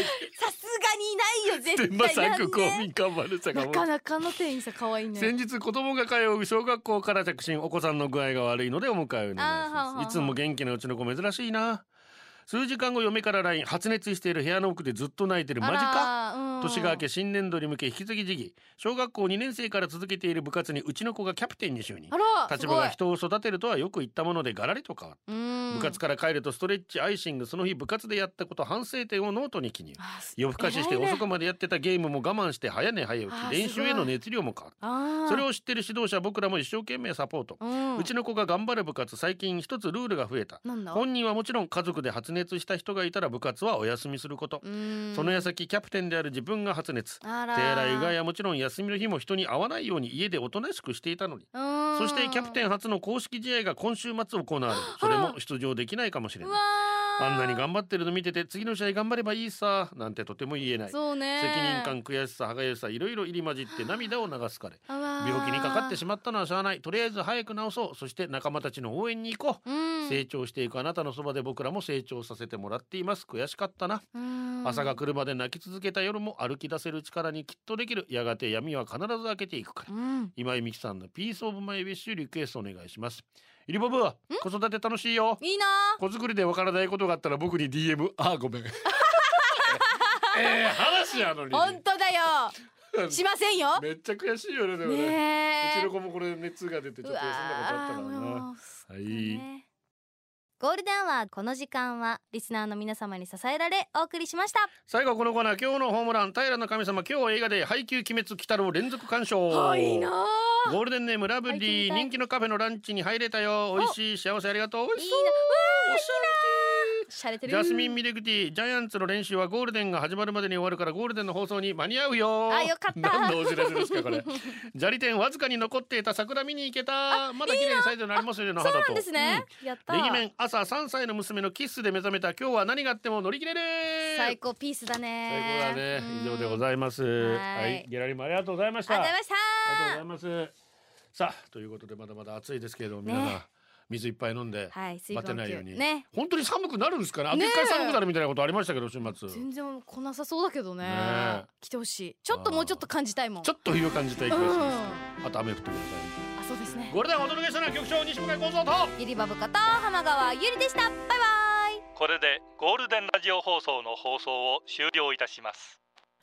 Speaker 2: にいない よ
Speaker 1: で
Speaker 2: 絶対
Speaker 1: まさく公
Speaker 2: なんで
Speaker 1: 民館まで坂
Speaker 2: な
Speaker 1: 本
Speaker 2: かなかの店員さん可愛いね
Speaker 1: 先日子供が通う小学校から着信お子さんの具合が悪いのでお迎えをお願いし
Speaker 2: あーはんはん
Speaker 1: ま
Speaker 2: はん
Speaker 1: すいつも元気なうちの子珍しいな数時間後嫁から LINE 発熱している部屋の奥でずっと泣いてるマジか
Speaker 2: あらうん
Speaker 1: 年が明け新年度に向け引き継ぎ時期小学校2年生から続けている部活にうちの子がキャプテンに就任
Speaker 2: あら
Speaker 1: 立場が
Speaker 2: す
Speaker 1: 人を育てるとはよく言ったものでガラリと変わった
Speaker 2: ごいうん
Speaker 1: 部活から帰るとストレッチアイシングその日部活でやったこと反省点をノートに記入
Speaker 2: あす
Speaker 1: 夜更かしして
Speaker 2: 偉いね
Speaker 1: 遅くまでやってたゲームも我慢して早寝早起
Speaker 2: あー
Speaker 1: き練習へ
Speaker 2: すご
Speaker 1: の
Speaker 2: い
Speaker 1: 熱量も変わった
Speaker 2: あー
Speaker 1: それを知ってる指導者僕らも一生懸命サポート、
Speaker 2: うん
Speaker 1: うちの子が頑張る部活最近一つルールが増えた
Speaker 2: なんだ
Speaker 1: 本人はもちろん家族で発熱した人がいたら部活はお休みすること、その矢先キャプテンである自分が発熱
Speaker 2: 手
Speaker 1: 手洗いうがいやもちろん休みの日も人に会わないように家でおとなしくしていたのにそしてキャプテ
Speaker 2: ン
Speaker 1: ン初の公式試合が今週末行われるそれも出場できないかもしれ
Speaker 2: う
Speaker 1: な
Speaker 2: わ
Speaker 1: い
Speaker 2: ー
Speaker 1: あんなに頑張ってるの見てて次の試合頑張ればいいさなんてとても言えない責
Speaker 2: そうね
Speaker 1: 任感悔しさ歯がゆさいろいろ入り混じって涙を流す彼病
Speaker 2: 病
Speaker 1: 気にかかってしまったのはしゃあないとりあえず早く治そうそして仲間たちの応援に行こう、
Speaker 2: まうん
Speaker 1: 成長していくあなたのそばで僕らも成長させてもらっています悔しかったな、
Speaker 2: うん
Speaker 1: 朝が来るまで泣き続けた夜も歩き出せる力にきっとできるやがて闇は必ず開けていくから、
Speaker 2: うん
Speaker 1: 今井美樹さんの「ピース・オブ・マイ・ウィッシュ」リクエストお願いしますイリボブ子育て楽しいよ
Speaker 2: いいな
Speaker 1: 子作りでわからないことがあったら僕に DM あーごめ んええ話やのに
Speaker 2: 本当だよしませんよ
Speaker 1: めっちゃ悔しいよねでもねうち
Speaker 2: ねえ
Speaker 1: の子もこれ熱が出てちょっと休んだことあったから
Speaker 2: うわー
Speaker 1: な。
Speaker 2: もうす
Speaker 1: は
Speaker 2: ご
Speaker 1: い。
Speaker 2: ねゴールデンはこの時間はリスナーの皆様に支えられお送りしました
Speaker 1: 最後はこのコーナー今日のホームラン平の神様今日は映画で配給鬼滅鬼太郎連続鑑賞。
Speaker 2: はいいなー
Speaker 1: ゴールデンネームラブリー
Speaker 2: 配給見たい
Speaker 1: 人気のカフェのランチに入れたよ美味しい幸せありがとう美味
Speaker 2: い
Speaker 1: し
Speaker 2: い
Speaker 1: い
Speaker 2: なうわ
Speaker 1: おし
Speaker 2: ーしゃれて
Speaker 1: ジ
Speaker 2: る
Speaker 1: ャスミンミルクティージャイアンツの練習はゴールデンが始まるまでに終わるからゴールデンの放送に間に合うよ
Speaker 2: あよかった
Speaker 1: 何のお知らせですかこ れ砂利店わずかに残っていた桜見に行けたまだ綺麗に咲いてるのありますよね
Speaker 2: そうなんですね、やった
Speaker 1: レギメン朝3歳の娘のキッスで目覚めた今日は何があっても乗り切れる
Speaker 2: 最高ピースだ
Speaker 1: 最
Speaker 2: ね
Speaker 1: 高だね以上でございます
Speaker 2: は
Speaker 1: はいい、ギャラリーもありがとうございました
Speaker 2: ありがとうございまし
Speaker 1: ありがと
Speaker 2: た
Speaker 1: うございますさあということでまだまだ暑いですけれども
Speaker 2: ね
Speaker 1: 皆さん、水いっぱい飲んで、
Speaker 2: はい水
Speaker 1: 待て
Speaker 2: 分
Speaker 1: な
Speaker 2: 補
Speaker 1: いよ
Speaker 2: 給
Speaker 1: うに、
Speaker 2: ね
Speaker 1: 本当に寒くなるんですかねあと
Speaker 2: ね
Speaker 1: 一回寒くなるみたいなことありましたけど週末
Speaker 2: 全然来なさそうだけどね
Speaker 1: ね
Speaker 2: 来てほしいちょっともうちょっと感じたいもん
Speaker 1: ちょっと冬を感じたい気
Speaker 2: う
Speaker 1: が
Speaker 2: ん
Speaker 1: し
Speaker 2: あ
Speaker 1: ます、あと雨降ってくださ
Speaker 2: そうですね
Speaker 1: いゴールデンお届けしたのは局長西向井光三と
Speaker 2: ゆりばぶこと浜川ゆりでしたバイバイ
Speaker 5: これでゴールデンラジオ放送の放送を終了いたします